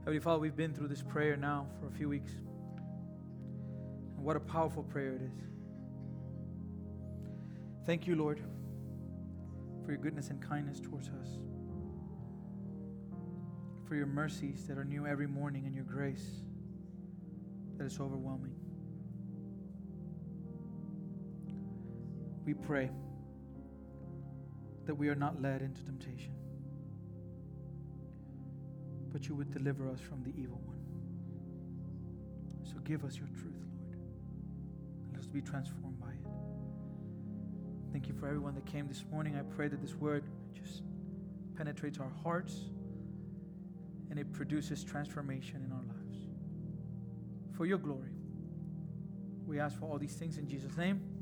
B: Heavenly Father, we've been through this prayer now for a few weeks. And what a powerful prayer it is. Thank you, Lord, for your goodness and kindness towards us, for your mercies that are new every morning, and your grace that is overwhelming. We pray that we are not led into temptation but you would deliver us from the evil one. So give us your truth, Lord. And let us be transformed by it. Thank you for everyone that came this morning. I pray that this word just penetrates our hearts and it produces transformation in our lives. For your glory, we ask for all these things in Jesus' name.